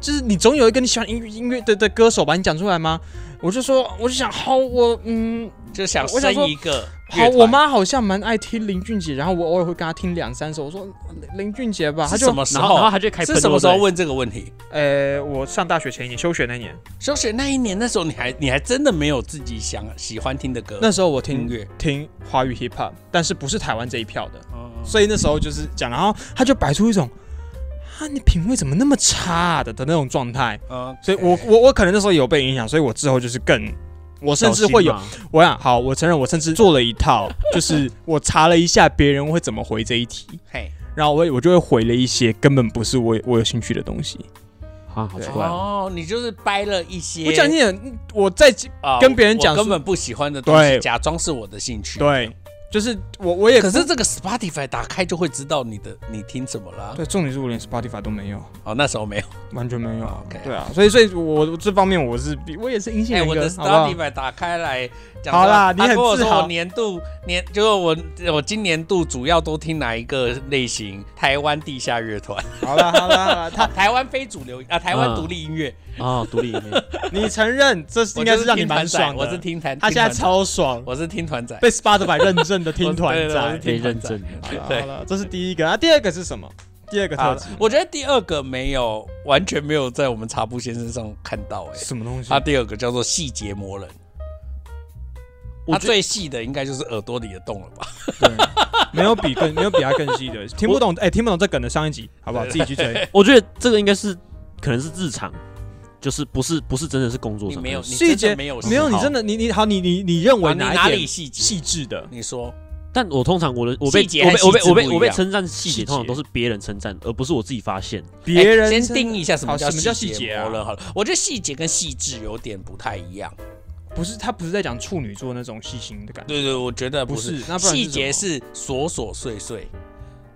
[SPEAKER 2] 就是你总有一个你喜欢音乐音乐的的歌手吧，你讲出来吗？我就说，我就想，好，我嗯，
[SPEAKER 1] 就想
[SPEAKER 2] 我想
[SPEAKER 1] 生
[SPEAKER 2] 说
[SPEAKER 1] 一个
[SPEAKER 2] 好，
[SPEAKER 1] 乐团
[SPEAKER 2] 我妈好像蛮爱听林俊杰，然后我偶尔会跟她听两三首。我说嗯林林俊杰吧，她
[SPEAKER 1] 是
[SPEAKER 2] 就
[SPEAKER 1] 什么时
[SPEAKER 3] 然后然后
[SPEAKER 1] 候？
[SPEAKER 3] 他就开喷
[SPEAKER 1] 是什么时候？问这个问题？
[SPEAKER 2] 呃，我上大学前一年休学那年，
[SPEAKER 1] 休学那一年，那时候你还你还真的没有自己想喜欢听的歌，
[SPEAKER 2] 那时候我
[SPEAKER 1] 音
[SPEAKER 2] 听
[SPEAKER 1] 乐，
[SPEAKER 2] 听华语 hip hop，但是不是台湾这一票的，
[SPEAKER 1] 嗯
[SPEAKER 2] 所以那时候就是讲，然后她就摆出一种啊，你品味怎么那么差、的的那种状态。
[SPEAKER 1] 嗯
[SPEAKER 2] 所以我我我可能那时候有被影响，所以我之后就是更，我甚至会有
[SPEAKER 3] 小心嘛啊
[SPEAKER 2] 我想好，我承认我甚至做了一套， 就是我查了一下别人会怎么回这一题，
[SPEAKER 1] 嘿，
[SPEAKER 2] 然后我我就会回了一些根本不是我我有兴趣的东西。
[SPEAKER 3] 啊，好奇怪哦。
[SPEAKER 1] 哦，你就是掰了一些，
[SPEAKER 2] 我讲你也，我在
[SPEAKER 1] 啊
[SPEAKER 2] 跟别人讲
[SPEAKER 1] 我根
[SPEAKER 2] 说
[SPEAKER 1] 本不喜欢的东西，
[SPEAKER 2] 对
[SPEAKER 1] 假装是我的兴趣。，
[SPEAKER 2] 对，就是我我也
[SPEAKER 1] 可是这个 Spotify 打开就会知道你的你听什么啦。
[SPEAKER 2] 对，重点是我连 Spotify 都没有，
[SPEAKER 1] 哦，那时候没有。
[SPEAKER 2] 完全没有。
[SPEAKER 1] OK，
[SPEAKER 2] 对啊，所以所以我，我这方面我是比我也是阴性
[SPEAKER 1] 哎，
[SPEAKER 2] 人
[SPEAKER 1] 我
[SPEAKER 2] 格，
[SPEAKER 1] 的
[SPEAKER 2] 好不好？
[SPEAKER 1] Spotify 打开来，讲
[SPEAKER 2] 好
[SPEAKER 1] 说
[SPEAKER 2] 啦你
[SPEAKER 1] 他
[SPEAKER 2] 很
[SPEAKER 1] 跟我
[SPEAKER 2] 自
[SPEAKER 1] 说
[SPEAKER 2] 豪
[SPEAKER 1] 我年度年就是我我今年度主要都听哪一个类型？台湾地下乐团，
[SPEAKER 2] 好了好了好了，他
[SPEAKER 1] 台湾非主流啊，台湾
[SPEAKER 3] 嗯
[SPEAKER 1] 独立音乐，
[SPEAKER 3] 哦，独立音乐，
[SPEAKER 2] 你承认这是应该
[SPEAKER 1] 我就是
[SPEAKER 2] 让你
[SPEAKER 1] 听
[SPEAKER 2] 蛮
[SPEAKER 1] 团仔
[SPEAKER 2] 爽的，
[SPEAKER 1] 我是听团，
[SPEAKER 2] 他现
[SPEAKER 1] 听
[SPEAKER 2] 在
[SPEAKER 1] 团仔
[SPEAKER 2] 超爽，
[SPEAKER 1] 我是听团仔，
[SPEAKER 2] 被 Spotify 认证的听
[SPEAKER 1] 我是
[SPEAKER 2] 团
[SPEAKER 1] 对 我是
[SPEAKER 2] 仔。
[SPEAKER 3] 被认证了。
[SPEAKER 2] 好了
[SPEAKER 1] 对
[SPEAKER 2] 好了，这是第一个啊，第二个是什么？第二个
[SPEAKER 1] 好
[SPEAKER 2] 特质，
[SPEAKER 1] 我觉得第二个没有，完全没有在我们茶布先生上看到、欸，
[SPEAKER 2] 什么东西
[SPEAKER 1] 他？第二个叫做细节磨人，
[SPEAKER 3] 我
[SPEAKER 1] 他
[SPEAKER 3] 觉
[SPEAKER 1] 啊
[SPEAKER 3] 得
[SPEAKER 1] 最细的应该就是耳朵里的洞了吧？
[SPEAKER 2] 对，没有比更没有比他更细的，听不懂哎，听不懂这梗的上一集，好不好？自己去追。
[SPEAKER 3] 我觉得这个应该是可能是日常，就是不是不是真的是工作
[SPEAKER 1] 你
[SPEAKER 3] 上
[SPEAKER 1] 没有，
[SPEAKER 3] 可能 是
[SPEAKER 1] 你真
[SPEAKER 2] 细节
[SPEAKER 1] 的没有细，
[SPEAKER 2] 没有，
[SPEAKER 1] 好
[SPEAKER 2] 你真的你你好，你你你认为
[SPEAKER 1] 你
[SPEAKER 2] 哪
[SPEAKER 1] 哪
[SPEAKER 2] 一
[SPEAKER 1] 里哎
[SPEAKER 2] 点
[SPEAKER 1] 细节？
[SPEAKER 2] 细致的？
[SPEAKER 1] 你说
[SPEAKER 3] 但我通常我的我被
[SPEAKER 1] 细节
[SPEAKER 3] 我
[SPEAKER 1] 和
[SPEAKER 3] 被我被
[SPEAKER 1] 细致
[SPEAKER 3] 我被
[SPEAKER 2] 啊
[SPEAKER 1] 不一
[SPEAKER 3] 我被
[SPEAKER 1] 样
[SPEAKER 3] 称赞细节，
[SPEAKER 2] 细
[SPEAKER 3] 通常
[SPEAKER 2] 节
[SPEAKER 3] 都是别人称赞，而不是我自己发现。
[SPEAKER 2] 别人
[SPEAKER 1] 哎先
[SPEAKER 2] 真的
[SPEAKER 1] 定义一下什么
[SPEAKER 2] 好
[SPEAKER 1] 叫
[SPEAKER 2] 什么叫
[SPEAKER 1] 细
[SPEAKER 2] 细节
[SPEAKER 1] 节
[SPEAKER 2] 啊
[SPEAKER 1] 磨人好了。我觉得细节跟细致有点不太一样。
[SPEAKER 2] 不是他不是在讲处女座那种细心的感觉，
[SPEAKER 1] 对对，我觉得不
[SPEAKER 2] 不
[SPEAKER 1] 是
[SPEAKER 2] 是，那不然是
[SPEAKER 1] 细节
[SPEAKER 2] 什
[SPEAKER 1] 是琐琐碎碎，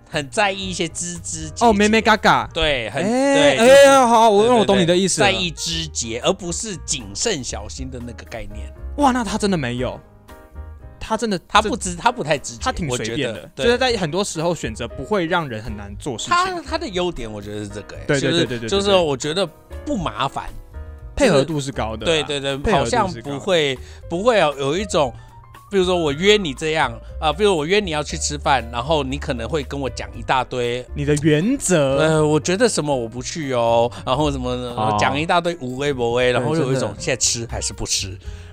[SPEAKER 1] 很在意一些枝枝节节
[SPEAKER 2] 哦，妹妹嘎嘎，
[SPEAKER 1] 对，很
[SPEAKER 2] 哎
[SPEAKER 1] 对，
[SPEAKER 2] 哎
[SPEAKER 1] 就是
[SPEAKER 2] 呀，好，我
[SPEAKER 1] 对
[SPEAKER 2] 让我
[SPEAKER 1] 对
[SPEAKER 2] 懂
[SPEAKER 1] 对
[SPEAKER 2] 你的意思了
[SPEAKER 1] 在。意枝节，而不是谨慎小心的那个概念。
[SPEAKER 2] 哇，那他真的没有，他真的
[SPEAKER 1] 他
[SPEAKER 2] 这
[SPEAKER 1] 不知，他不太直接，
[SPEAKER 2] 他挺
[SPEAKER 1] 我
[SPEAKER 2] 随
[SPEAKER 1] 觉
[SPEAKER 2] 便
[SPEAKER 1] 得
[SPEAKER 2] 的，就
[SPEAKER 1] 对
[SPEAKER 2] 是，在很多时候选择不会让人很难做事情，
[SPEAKER 1] 他他的优点我觉得是这个、欸，
[SPEAKER 2] 对对
[SPEAKER 1] 就是
[SPEAKER 2] 对对对对
[SPEAKER 1] 就是
[SPEAKER 2] 对
[SPEAKER 1] 我觉得不麻烦，
[SPEAKER 2] 配合度是高的啦，
[SPEAKER 1] 对对对，
[SPEAKER 2] 配合
[SPEAKER 1] 好像
[SPEAKER 2] 度是高
[SPEAKER 1] 不会不会有有一种。比如说我约你这样啊、比如我约你要去吃饭，然后你可能会跟我讲一大堆，
[SPEAKER 2] 你的原则，
[SPEAKER 1] 呃，我觉得什么我不去哦，然后什么的
[SPEAKER 3] 哦
[SPEAKER 1] 讲、一大堆无微不微，然后
[SPEAKER 2] 对
[SPEAKER 1] 有一
[SPEAKER 2] 真的
[SPEAKER 1] 种现在吃还是不吃，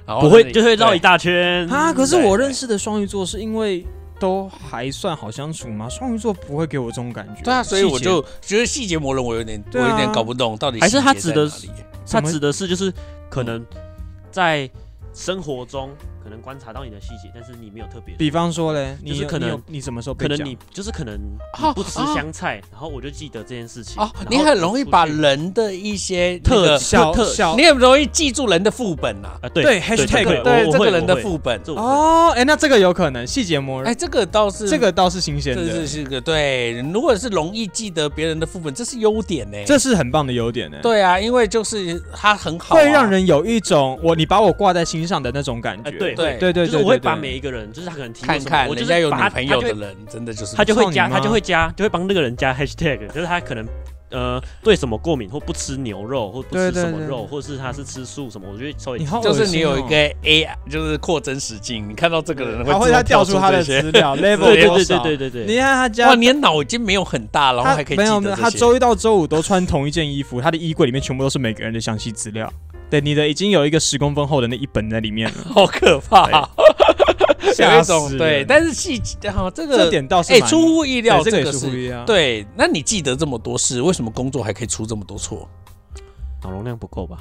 [SPEAKER 1] 然后
[SPEAKER 3] 不
[SPEAKER 1] 哦
[SPEAKER 3] 会
[SPEAKER 1] 那里
[SPEAKER 3] 就会绕
[SPEAKER 1] 对
[SPEAKER 3] 一大圈。
[SPEAKER 2] 啊，可是
[SPEAKER 1] 嗯对
[SPEAKER 2] 我
[SPEAKER 1] 对
[SPEAKER 2] 认识的双鱼座是因为都还算好相处嘛，双鱼座不会给我这种感觉。
[SPEAKER 1] 对啊，所以我
[SPEAKER 2] 细节
[SPEAKER 1] 就觉得细节磨人，我有点、我
[SPEAKER 2] 对啊
[SPEAKER 1] 有点搞不懂到底
[SPEAKER 3] 还是他
[SPEAKER 1] 细节
[SPEAKER 3] 指的
[SPEAKER 1] 在哪里
[SPEAKER 3] 他
[SPEAKER 2] 怎么
[SPEAKER 3] 指的是就是可能在生活中，可可能观察到你的细节，但是你没有特别注意。
[SPEAKER 2] 比方说嘞，你
[SPEAKER 3] 就是
[SPEAKER 2] 有
[SPEAKER 3] 可
[SPEAKER 2] 你有
[SPEAKER 3] 能
[SPEAKER 2] 你什么时候被
[SPEAKER 3] 可能
[SPEAKER 2] 讲
[SPEAKER 3] 你就是可能
[SPEAKER 1] 啊
[SPEAKER 3] 你不吃
[SPEAKER 1] 啊
[SPEAKER 3] 香菜，然后我就记得这件事情。
[SPEAKER 1] 哦
[SPEAKER 3] 然，后
[SPEAKER 1] 你很容易
[SPEAKER 3] 出
[SPEAKER 1] 把
[SPEAKER 3] 去
[SPEAKER 1] 人的一些那
[SPEAKER 3] 特
[SPEAKER 1] 个
[SPEAKER 2] 小
[SPEAKER 3] 特
[SPEAKER 2] 小
[SPEAKER 1] 你很容易记住人的副本啊，
[SPEAKER 3] 啊对
[SPEAKER 2] 对
[SPEAKER 3] 这
[SPEAKER 2] hashtag
[SPEAKER 3] 个我
[SPEAKER 1] 对
[SPEAKER 3] 我
[SPEAKER 1] 这
[SPEAKER 3] 会
[SPEAKER 1] 个人的
[SPEAKER 3] 我会
[SPEAKER 1] 副本。
[SPEAKER 3] 这我会
[SPEAKER 2] 哦，哎，那这个有可能细节模
[SPEAKER 1] 哎，
[SPEAKER 2] 拟，
[SPEAKER 1] 这个倒是
[SPEAKER 2] 这个倒是新鲜
[SPEAKER 1] 这是
[SPEAKER 2] 的，
[SPEAKER 1] 是个对，如果是容易记得别人的副本，这是优点呢。
[SPEAKER 2] 这是很棒的优点呢。。
[SPEAKER 1] 对啊，因为就是它很好啊，
[SPEAKER 2] 会让人有一种我你把我挂在心上的那种感觉。
[SPEAKER 3] 哎对
[SPEAKER 1] 对
[SPEAKER 2] 对对
[SPEAKER 3] 就是
[SPEAKER 2] 对，
[SPEAKER 3] 我会
[SPEAKER 2] 对
[SPEAKER 3] 把
[SPEAKER 2] 对
[SPEAKER 3] 每一个人，就是他可能提问
[SPEAKER 1] 看
[SPEAKER 3] 什么
[SPEAKER 1] 看
[SPEAKER 3] 我就
[SPEAKER 1] 人
[SPEAKER 3] 是
[SPEAKER 1] 家有
[SPEAKER 3] 把
[SPEAKER 1] 女
[SPEAKER 3] 他
[SPEAKER 1] 朋
[SPEAKER 3] 他
[SPEAKER 1] 友
[SPEAKER 3] 就
[SPEAKER 1] 的
[SPEAKER 3] 会
[SPEAKER 1] 人，真的就是
[SPEAKER 3] 他就
[SPEAKER 2] 少
[SPEAKER 3] 会
[SPEAKER 2] 女
[SPEAKER 3] 加，他就
[SPEAKER 2] 吗
[SPEAKER 3] 会加，就会帮那个人加 hashtag，就是他可能呃对什么过敏，或不吃牛肉，或不
[SPEAKER 2] 对
[SPEAKER 3] 吃
[SPEAKER 2] 对
[SPEAKER 3] 什么
[SPEAKER 2] 对
[SPEAKER 3] 肉，或是他是吃素什么，我觉得稍微
[SPEAKER 2] 你好恶心
[SPEAKER 1] 就
[SPEAKER 2] 哦，
[SPEAKER 1] 是你有一个 AI，就是扩增实境，你看到这个人会
[SPEAKER 2] 他
[SPEAKER 1] 自
[SPEAKER 2] 会
[SPEAKER 1] 动
[SPEAKER 2] 他调
[SPEAKER 1] 出
[SPEAKER 2] 出他的
[SPEAKER 1] 这些
[SPEAKER 2] 资 料 level
[SPEAKER 3] 对对
[SPEAKER 2] 多
[SPEAKER 3] 对
[SPEAKER 2] 少
[SPEAKER 3] 对对对
[SPEAKER 2] 你
[SPEAKER 3] 对，
[SPEAKER 2] 看他
[SPEAKER 1] 哇，
[SPEAKER 2] 家。
[SPEAKER 1] 你的脑已经没有很大，然后
[SPEAKER 2] 啊他
[SPEAKER 1] 还可以
[SPEAKER 2] 没有
[SPEAKER 1] 记
[SPEAKER 2] 没有，
[SPEAKER 1] 得
[SPEAKER 2] 他
[SPEAKER 1] 这些。
[SPEAKER 2] 周一到周五都穿同一件衣服，他的衣柜里面全部都是每个人的详细资料。对，你的已经有一个十公分厚的那一本在里面了，
[SPEAKER 1] 好可 怕， 有
[SPEAKER 2] 哎吓
[SPEAKER 1] 一种
[SPEAKER 2] 死
[SPEAKER 1] 对，
[SPEAKER 2] 人
[SPEAKER 1] 但是细节哈，这
[SPEAKER 2] 这
[SPEAKER 1] 个
[SPEAKER 2] 点倒是
[SPEAKER 1] 哎
[SPEAKER 2] 蛮
[SPEAKER 1] 出乎意料，
[SPEAKER 2] 对这个也是
[SPEAKER 1] 是
[SPEAKER 2] 不一样。，
[SPEAKER 1] 对，那你记得这么多事，为什么工作还可以出这么多错？
[SPEAKER 3] 脑容量不够吧？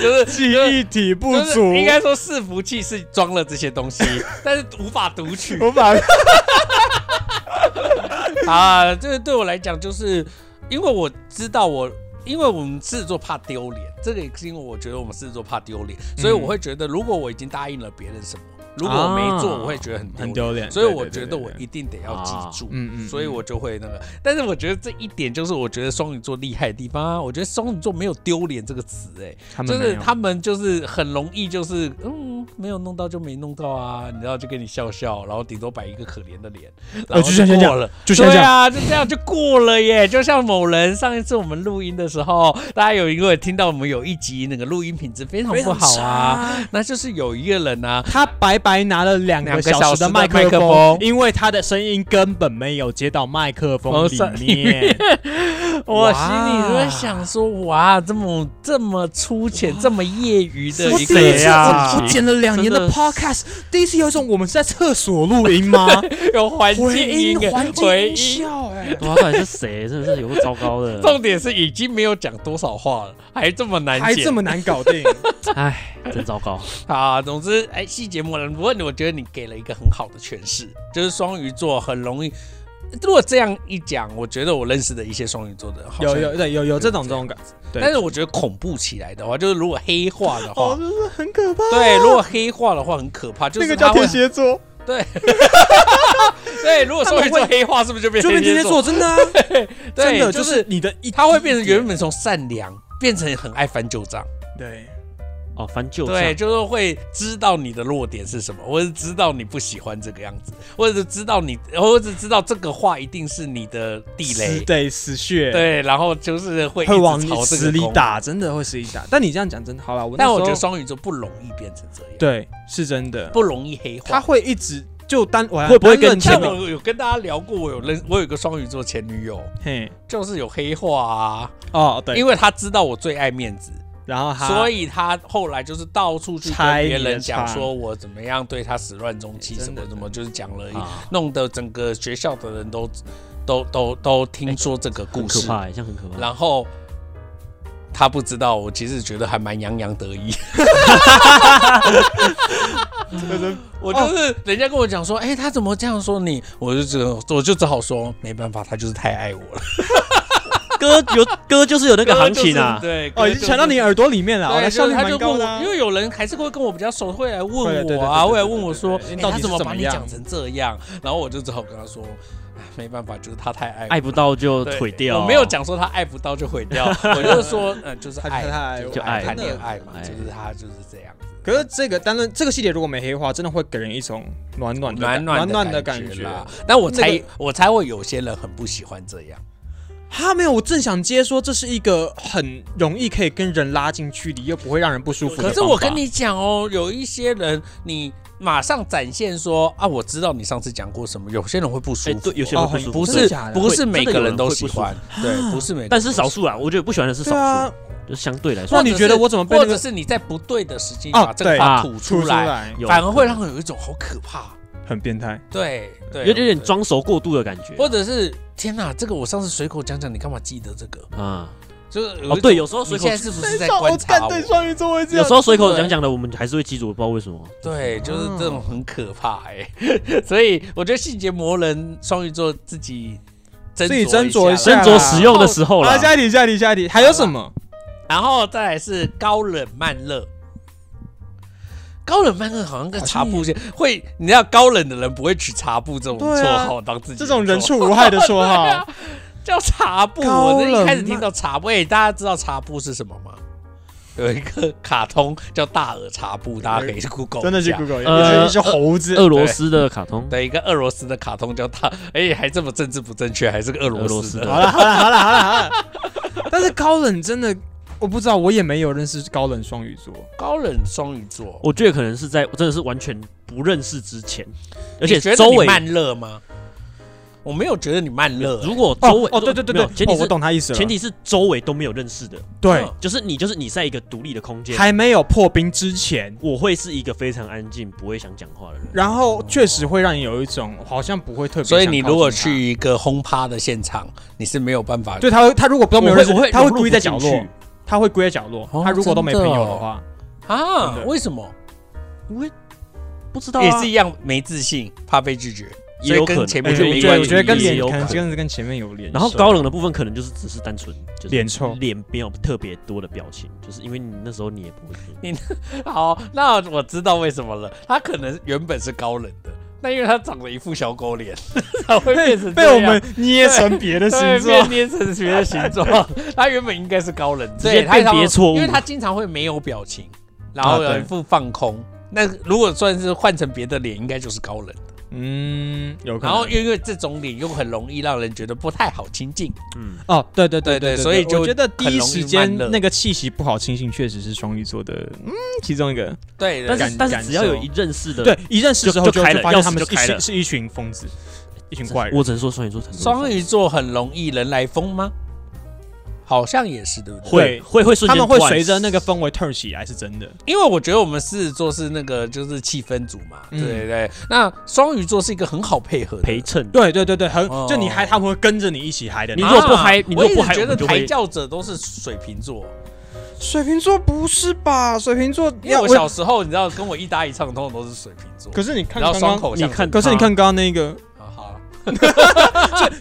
[SPEAKER 1] 就是
[SPEAKER 2] 记忆体不
[SPEAKER 1] 就是
[SPEAKER 2] 足，
[SPEAKER 1] 应该说伺服器是装了这些东 西，但是无法读取
[SPEAKER 2] 我 把
[SPEAKER 1] 啊。这个对我来讲，就是因为我知道我。因为我们狮子座怕丢脸，这个也是因为我觉得我们狮子座怕丢脸，所以
[SPEAKER 2] 嗯
[SPEAKER 1] 我会觉得，如果我已经答应了别人什么，如果我没做，
[SPEAKER 3] 啊
[SPEAKER 1] 我会觉得很
[SPEAKER 2] 很
[SPEAKER 1] 丢脸。
[SPEAKER 2] 丢脸，
[SPEAKER 1] 所以
[SPEAKER 2] 对
[SPEAKER 1] 我
[SPEAKER 2] 对
[SPEAKER 1] 觉
[SPEAKER 2] 对
[SPEAKER 1] 得
[SPEAKER 2] 对
[SPEAKER 1] 我
[SPEAKER 2] 对
[SPEAKER 1] 一定得要记住，
[SPEAKER 2] 嗯嗯，
[SPEAKER 1] 所以我就会那个。但是我觉得这一点就是我觉得双鱼座厉害的地方啊，我觉得双鱼座没有丢脸这个词，哎，
[SPEAKER 2] 他们
[SPEAKER 1] 就
[SPEAKER 2] 没
[SPEAKER 1] 是
[SPEAKER 2] 有
[SPEAKER 1] 他们就是很容易就是嗯没有弄到就没弄到啊，你知道就跟你笑笑，然后顶多摆一个可怜的脸，然后
[SPEAKER 2] 呃就像这样
[SPEAKER 1] 过了，
[SPEAKER 2] 就像这
[SPEAKER 1] 对
[SPEAKER 2] 样
[SPEAKER 1] 啊，就这样就过了耶。就像某人上一次我们录音的时候，大家有一个听到我们有一集那个录音品质非常不好啊，，那就是有一个人啊，
[SPEAKER 2] 他白白拿了两
[SPEAKER 1] 两
[SPEAKER 2] 个
[SPEAKER 1] 个
[SPEAKER 2] 小
[SPEAKER 1] 小
[SPEAKER 2] 时的
[SPEAKER 1] 时的
[SPEAKER 2] 麦
[SPEAKER 1] 麦
[SPEAKER 2] 克
[SPEAKER 1] 克
[SPEAKER 2] 风，
[SPEAKER 1] 风
[SPEAKER 2] 因为他的声音根本没有接到麦克风
[SPEAKER 1] 风
[SPEAKER 2] 里
[SPEAKER 1] 扇
[SPEAKER 2] 面。
[SPEAKER 1] 我
[SPEAKER 2] 哇
[SPEAKER 1] 心里就在想说，哇，这么这么粗浅、这么业余的
[SPEAKER 2] 我
[SPEAKER 1] 一
[SPEAKER 2] 第
[SPEAKER 1] 个
[SPEAKER 2] 一
[SPEAKER 1] 人
[SPEAKER 2] 次，
[SPEAKER 3] 谁啊
[SPEAKER 2] 我我剪了两年的
[SPEAKER 3] 真的
[SPEAKER 2] podcast，第一次有一种我们是在厕所录音 吗？
[SPEAKER 1] 有环境
[SPEAKER 2] 回音
[SPEAKER 1] 音、啊
[SPEAKER 2] 环境
[SPEAKER 1] 回
[SPEAKER 2] 音
[SPEAKER 1] 音。
[SPEAKER 2] 效，哎，
[SPEAKER 3] 哇，啊到底是谁？真的是有个糟糕 的，
[SPEAKER 1] 重点是已经没有讲多少话了，还这么难
[SPEAKER 2] 还
[SPEAKER 1] 剪
[SPEAKER 2] 这么难 搞定。
[SPEAKER 3] 哎，真糟糕。
[SPEAKER 1] 啊！总之，哎，细节模人，不过我觉得你给了一个很好的诠释，就是双鱼座很容易。如果这样一讲，我觉得我认识的一些双鱼座的人好像
[SPEAKER 2] 有有，对有有这种
[SPEAKER 1] 对
[SPEAKER 2] 这种感，对
[SPEAKER 1] 但是我觉得恐怖起来的话，就是如果黑化的话
[SPEAKER 2] 哦，，就是很可怕。
[SPEAKER 1] 对，如果黑化的话很可怕，就
[SPEAKER 2] 那
[SPEAKER 1] 是
[SPEAKER 2] 个
[SPEAKER 1] 他
[SPEAKER 2] 叫
[SPEAKER 1] 会
[SPEAKER 2] 天蝎 座，
[SPEAKER 1] 对，如果双鱼
[SPEAKER 2] 他
[SPEAKER 1] 座
[SPEAKER 2] 们
[SPEAKER 1] 黑化，是不是就变
[SPEAKER 2] 就
[SPEAKER 1] 成
[SPEAKER 2] 变天蝎
[SPEAKER 1] 座？
[SPEAKER 2] 座，真的啊，真
[SPEAKER 1] 对，
[SPEAKER 2] 的
[SPEAKER 1] 就
[SPEAKER 2] 就是你的一，
[SPEAKER 1] 他会变成原本从善良变成很爱翻旧账。
[SPEAKER 2] 对。
[SPEAKER 3] 哦，翻旧账，
[SPEAKER 1] 对，就是会知道你的弱点是什么，或者知道你不喜欢这个样子，或者是知道你，或者是知道这个话一定是你的地雷
[SPEAKER 2] 死，对死穴，
[SPEAKER 1] 对，然后就是会一
[SPEAKER 2] 会
[SPEAKER 1] 直
[SPEAKER 2] 往你
[SPEAKER 1] 朝这
[SPEAKER 2] 死
[SPEAKER 1] 个
[SPEAKER 2] 里
[SPEAKER 1] 攻。
[SPEAKER 2] 打，真的会死里打。但你这样讲真的好了，我那
[SPEAKER 1] 但
[SPEAKER 2] 时
[SPEAKER 1] 我
[SPEAKER 2] 候
[SPEAKER 1] 觉得双鱼座不容易变成这样，，
[SPEAKER 2] 对是真的，
[SPEAKER 1] 不容易黑化。
[SPEAKER 2] 他会一直就单我
[SPEAKER 3] 会不会跟
[SPEAKER 2] 前
[SPEAKER 1] 但
[SPEAKER 2] 面？
[SPEAKER 1] 我有跟大家聊过，我有认我有一个双鱼座前女友，
[SPEAKER 2] 嘿
[SPEAKER 1] 就是有黑化啊，
[SPEAKER 2] 哦对，
[SPEAKER 1] 因为她知道我最爱面子，
[SPEAKER 2] 然后他
[SPEAKER 1] 所以她后来就是到处去跟
[SPEAKER 2] 拆你
[SPEAKER 1] 别
[SPEAKER 2] 的
[SPEAKER 1] 人讲
[SPEAKER 2] 场
[SPEAKER 1] 说我怎么样对她始乱终弃，
[SPEAKER 2] 真
[SPEAKER 1] 什么
[SPEAKER 2] 的
[SPEAKER 1] 什么，就是讲了一
[SPEAKER 3] 啊，
[SPEAKER 1] 弄得整个学校的人都都都都听说这个
[SPEAKER 3] 很
[SPEAKER 1] 故
[SPEAKER 3] 可
[SPEAKER 1] 事，
[SPEAKER 3] 怕，欸像很可怕。
[SPEAKER 1] 然后他不知道，我其实觉得还蛮洋洋得 意。我就是人家跟我讲说，哎、他怎么这样说你？我就只我就只好说，没办法，他就是太爱我了。
[SPEAKER 3] 歌有歌就是有那个行情啊
[SPEAKER 1] 就是， 对，
[SPEAKER 2] 哦已经传到你耳朵 里面了，哦
[SPEAKER 1] 对，
[SPEAKER 2] 那
[SPEAKER 1] 就
[SPEAKER 2] 效
[SPEAKER 1] 是
[SPEAKER 2] 率
[SPEAKER 1] 他就
[SPEAKER 2] 蛮
[SPEAKER 1] 问
[SPEAKER 2] 高的
[SPEAKER 1] 我，
[SPEAKER 2] 啊
[SPEAKER 1] 因。为有人还是会跟我比较熟，会来
[SPEAKER 2] 会对
[SPEAKER 1] 问
[SPEAKER 2] 对
[SPEAKER 1] 我
[SPEAKER 2] 对
[SPEAKER 1] 啊，
[SPEAKER 2] 对对
[SPEAKER 1] 会来
[SPEAKER 2] 对
[SPEAKER 1] 问我
[SPEAKER 2] 对
[SPEAKER 1] 说，
[SPEAKER 2] 对
[SPEAKER 1] 哎
[SPEAKER 2] 到底
[SPEAKER 1] 他
[SPEAKER 2] 是
[SPEAKER 1] 怎么
[SPEAKER 2] 怎
[SPEAKER 1] 把
[SPEAKER 2] 么
[SPEAKER 1] 你
[SPEAKER 2] 样
[SPEAKER 1] 讲成这样？然后我就只好跟他说，哎没办法，就是他太爱我。
[SPEAKER 3] 爱不到就
[SPEAKER 1] 对
[SPEAKER 3] 腿掉。
[SPEAKER 1] 我没有，讲说他爱不到就毁掉， 我就是说，呃，就是
[SPEAKER 2] 他
[SPEAKER 1] 爱
[SPEAKER 2] 就
[SPEAKER 1] 嘛，
[SPEAKER 2] 太
[SPEAKER 1] 是
[SPEAKER 3] 就爱
[SPEAKER 1] 谈
[SPEAKER 2] 真的
[SPEAKER 1] 恋爱嘛，
[SPEAKER 3] 哎
[SPEAKER 1] 就是他就是这样子。
[SPEAKER 2] 可是这个单论这个系列如果没黑化，真的会给人一种暖暖的
[SPEAKER 1] 暖
[SPEAKER 2] 暖
[SPEAKER 1] 暖
[SPEAKER 2] 的
[SPEAKER 1] 感
[SPEAKER 2] 感觉。
[SPEAKER 1] 啦，那我
[SPEAKER 2] 那
[SPEAKER 1] 猜
[SPEAKER 2] 个
[SPEAKER 1] 我猜会有些人很不喜欢这样，
[SPEAKER 2] 他没有，我正想接说这是一个很容易可以跟人拉近距离又不会让人不舒服的
[SPEAKER 1] 可
[SPEAKER 2] 方法。
[SPEAKER 1] 是我跟你讲哦，有一些人你马上展现说啊，我知道你上次讲过什么，有些人会不舒
[SPEAKER 3] 哎，
[SPEAKER 1] 服
[SPEAKER 3] 对，，有些
[SPEAKER 2] 哦
[SPEAKER 3] 人会
[SPEAKER 2] 很
[SPEAKER 3] 不
[SPEAKER 1] 不
[SPEAKER 3] 舒服，
[SPEAKER 1] 是
[SPEAKER 2] 真的假的
[SPEAKER 1] 不是
[SPEAKER 3] 会
[SPEAKER 1] 每
[SPEAKER 3] 真的
[SPEAKER 1] 个
[SPEAKER 3] 有
[SPEAKER 1] 人
[SPEAKER 3] 人
[SPEAKER 1] 都
[SPEAKER 3] 会
[SPEAKER 1] 喜
[SPEAKER 3] 不舒服
[SPEAKER 1] 欢，对，不是每个人
[SPEAKER 3] 但是
[SPEAKER 1] 都
[SPEAKER 3] 少
[SPEAKER 1] 喜
[SPEAKER 3] 数啊，我觉得不喜欢的是
[SPEAKER 2] 对
[SPEAKER 3] 少数
[SPEAKER 2] 啊，，
[SPEAKER 3] 就相对来说
[SPEAKER 2] 那
[SPEAKER 1] 或者
[SPEAKER 2] 你觉得
[SPEAKER 1] 是
[SPEAKER 2] 我怎么
[SPEAKER 1] 欢，
[SPEAKER 2] 被
[SPEAKER 1] 或
[SPEAKER 2] 那
[SPEAKER 1] 者
[SPEAKER 2] 个
[SPEAKER 1] 是你在不对的时间
[SPEAKER 2] 哦
[SPEAKER 1] 把这个
[SPEAKER 2] 对
[SPEAKER 1] 话
[SPEAKER 3] 啊
[SPEAKER 1] 吐
[SPEAKER 2] 出
[SPEAKER 1] 出来，
[SPEAKER 3] 有
[SPEAKER 1] 反而会
[SPEAKER 3] 可
[SPEAKER 1] 让人有一种好可怕。
[SPEAKER 2] 很变态？
[SPEAKER 1] 对，对，
[SPEAKER 3] 能有有点
[SPEAKER 1] 对
[SPEAKER 3] 装熟过度的感觉
[SPEAKER 1] 或者是天哪，这个我上次随口讲讲，你干嘛记得这个？
[SPEAKER 3] 啊。
[SPEAKER 1] 就是
[SPEAKER 3] 哦，对，有时候随
[SPEAKER 1] 你
[SPEAKER 3] 口
[SPEAKER 1] 现在是不是在
[SPEAKER 2] 双
[SPEAKER 1] 观
[SPEAKER 2] 哎我
[SPEAKER 1] 察
[SPEAKER 2] 干
[SPEAKER 1] 我
[SPEAKER 2] 对？双鱼座会这
[SPEAKER 3] 有
[SPEAKER 2] 样，
[SPEAKER 3] 时候随口讲讲的，我们还是会记住，不知道为什么。
[SPEAKER 1] 对，就是这种很可怕哎、 所以我觉得细节磨人，双鱼座自己斟
[SPEAKER 2] 自己斟酌一
[SPEAKER 1] 下
[SPEAKER 2] 下
[SPEAKER 1] 啦
[SPEAKER 3] 斟酌使用的时候
[SPEAKER 2] 好
[SPEAKER 3] 啦
[SPEAKER 2] 了，，下一题，下一题，下一题，还有什么？
[SPEAKER 1] 然后再来是高冷慢热。高冷慢热好像跟茶布一样，会你知道高冷的人不会取茶布这种
[SPEAKER 2] 对
[SPEAKER 1] 绰
[SPEAKER 2] 啊
[SPEAKER 1] 号当自己的
[SPEAKER 2] 这种人
[SPEAKER 1] 绰
[SPEAKER 2] 畜无害的说
[SPEAKER 1] 对
[SPEAKER 2] 哈
[SPEAKER 1] 啊，叫茶布。
[SPEAKER 2] 高
[SPEAKER 1] 我一开始
[SPEAKER 2] 冷
[SPEAKER 1] 听
[SPEAKER 2] 漫
[SPEAKER 1] 到茶布，哎、大家知道茶布是什么吗？有一个卡通叫大耳茶布，大家可以去 Google
[SPEAKER 2] 真的是
[SPEAKER 1] 一下
[SPEAKER 2] Google，也
[SPEAKER 3] 呃
[SPEAKER 2] 是一只猴子，
[SPEAKER 3] 俄罗斯的卡通，
[SPEAKER 1] 对，一个俄罗斯的卡通叫大，哎、还这么政治不正确，还是个俄
[SPEAKER 3] 俄
[SPEAKER 1] 罗
[SPEAKER 3] 罗
[SPEAKER 1] 斯
[SPEAKER 3] 斯
[SPEAKER 1] 的。
[SPEAKER 3] 的
[SPEAKER 2] 好了好了好了好了好了，但是高冷真的，我不知道，我也没有认识高冷双鱼座，
[SPEAKER 1] 高冷双鱼座，
[SPEAKER 3] 我觉得可能是在真的是完全不认识之前，而且
[SPEAKER 1] 你觉得
[SPEAKER 3] 周
[SPEAKER 1] 你
[SPEAKER 3] 围
[SPEAKER 1] 慢热吗？我没有觉得你慢热、啊
[SPEAKER 3] 如果周
[SPEAKER 2] 哦
[SPEAKER 3] 围
[SPEAKER 2] 哦对对对
[SPEAKER 3] 没
[SPEAKER 2] 对
[SPEAKER 3] 有，前提
[SPEAKER 2] 哦我
[SPEAKER 3] 是
[SPEAKER 2] 懂他意思了，
[SPEAKER 3] 前提是周围都没有认识的，
[SPEAKER 2] 对
[SPEAKER 1] 嗯
[SPEAKER 3] 就是你就是你在一个独立的空间，
[SPEAKER 2] 还没有破冰之前。
[SPEAKER 3] 我会是一个非常安静不会想讲话的人。
[SPEAKER 2] 然后确实会让你有一种好像不会特别想靠
[SPEAKER 1] 所以
[SPEAKER 2] 近他，
[SPEAKER 1] 你如果去一个轰趴的现场，你是没有办法
[SPEAKER 2] 对他会，他如果都没有认识
[SPEAKER 3] 我会，
[SPEAKER 2] 他会
[SPEAKER 3] 融入
[SPEAKER 2] 故意
[SPEAKER 3] 不
[SPEAKER 2] 在
[SPEAKER 3] 进
[SPEAKER 2] 角
[SPEAKER 3] 去
[SPEAKER 2] 落，他会故意在角落
[SPEAKER 1] 哦。
[SPEAKER 2] 他如果都没朋友
[SPEAKER 1] 真的
[SPEAKER 2] 的
[SPEAKER 1] 哦
[SPEAKER 2] 话，
[SPEAKER 1] 啊
[SPEAKER 2] 真？的
[SPEAKER 1] 为什么？
[SPEAKER 3] 不知道啊
[SPEAKER 1] 也是一样没自信，怕被拒绝，
[SPEAKER 3] 也有可
[SPEAKER 1] 所以跟
[SPEAKER 3] 能
[SPEAKER 1] 前
[SPEAKER 2] 哎
[SPEAKER 1] 面
[SPEAKER 2] 我
[SPEAKER 1] 就没
[SPEAKER 2] 觉得
[SPEAKER 1] 关系
[SPEAKER 2] 我觉得跟
[SPEAKER 3] 也
[SPEAKER 2] 脸
[SPEAKER 3] 有
[SPEAKER 2] 可能
[SPEAKER 3] 可
[SPEAKER 2] 跟跟前面有脸。
[SPEAKER 3] 哦然后高冷的部分可能就是只是单纯就是
[SPEAKER 2] 脸臭
[SPEAKER 3] 脸没有特别多的表情，就是因为你那时候你也不会说
[SPEAKER 1] 好，那我知道为什么了。他可能原本是高冷的，那因为他长了一副小狗脸， 才会变成这
[SPEAKER 2] 被
[SPEAKER 1] 样
[SPEAKER 2] 我们
[SPEAKER 3] 啊
[SPEAKER 2] 捏成别的
[SPEAKER 1] 对
[SPEAKER 2] 星座，
[SPEAKER 1] 变变成别的形状。 他原本应该是高冷，
[SPEAKER 3] 直
[SPEAKER 1] 对
[SPEAKER 3] 接
[SPEAKER 1] 他常常
[SPEAKER 3] 辨别错误
[SPEAKER 1] 因为他经常会没有表情，然后有一副放空。那如果算是换成别的脸，应该就是高冷。
[SPEAKER 2] 嗯，有可
[SPEAKER 1] 然
[SPEAKER 2] 能
[SPEAKER 1] 后。因为这种脸又很容易让人觉得不太好亲近，
[SPEAKER 3] 嗯，
[SPEAKER 2] 哦，对对对
[SPEAKER 1] 对对
[SPEAKER 2] 对，
[SPEAKER 1] 所以就
[SPEAKER 2] 我觉得第
[SPEAKER 1] 很
[SPEAKER 2] 一
[SPEAKER 1] 容易
[SPEAKER 2] 时间
[SPEAKER 1] 慢热
[SPEAKER 2] 那个气息不好清醒，确实是双鱼座的，嗯，其中一个。
[SPEAKER 1] 对，
[SPEAKER 3] 但
[SPEAKER 1] 感
[SPEAKER 3] 是但是
[SPEAKER 2] 感
[SPEAKER 3] 只要有
[SPEAKER 2] 受
[SPEAKER 3] 一认识的，
[SPEAKER 2] 对，一认识之后
[SPEAKER 3] 就就
[SPEAKER 2] 会
[SPEAKER 3] 开了
[SPEAKER 2] 发现
[SPEAKER 3] 钥匙
[SPEAKER 2] 他们
[SPEAKER 3] 就是
[SPEAKER 2] 一
[SPEAKER 3] 开
[SPEAKER 2] 群
[SPEAKER 3] 了
[SPEAKER 2] 是一群疯子，一群怪人。
[SPEAKER 3] 我只能说双鱼座很多
[SPEAKER 1] 双鱼座很容易人来疯吗？好像也是，对不对？
[SPEAKER 3] 会
[SPEAKER 2] 会
[SPEAKER 3] 会会瞬
[SPEAKER 2] 他
[SPEAKER 3] 间
[SPEAKER 2] 们会
[SPEAKER 3] 突然
[SPEAKER 2] 随着那个氛围 turn 起来，是真的。
[SPEAKER 1] 因为我觉得我们狮子座是那个就是气氛组嘛，
[SPEAKER 2] 嗯
[SPEAKER 1] 对对对。那双鱼座是一个很好配合的啊
[SPEAKER 3] 陪。衬，
[SPEAKER 2] 对对对对，很
[SPEAKER 1] 哦
[SPEAKER 2] 就你嗨，他们会跟着你一起嗨的那
[SPEAKER 3] 你
[SPEAKER 2] 种。啊
[SPEAKER 3] 如果不嗨你如果
[SPEAKER 1] 我一直
[SPEAKER 3] 不嗨
[SPEAKER 1] 觉
[SPEAKER 3] 我
[SPEAKER 1] 得
[SPEAKER 3] 们就会
[SPEAKER 1] 抬轿者都是水瓶座，
[SPEAKER 2] 水瓶座不是吧？水瓶座
[SPEAKER 1] 因为我小时候你知道跟我一搭一唱，通常都是水瓶座，
[SPEAKER 2] 可是你看
[SPEAKER 1] 然后
[SPEAKER 2] 刚
[SPEAKER 1] 双
[SPEAKER 2] 刚，
[SPEAKER 1] 口
[SPEAKER 3] 你
[SPEAKER 1] 相
[SPEAKER 3] 看
[SPEAKER 1] 看。
[SPEAKER 3] 他，
[SPEAKER 2] 可是你看刚刚那个
[SPEAKER 1] 啊好了，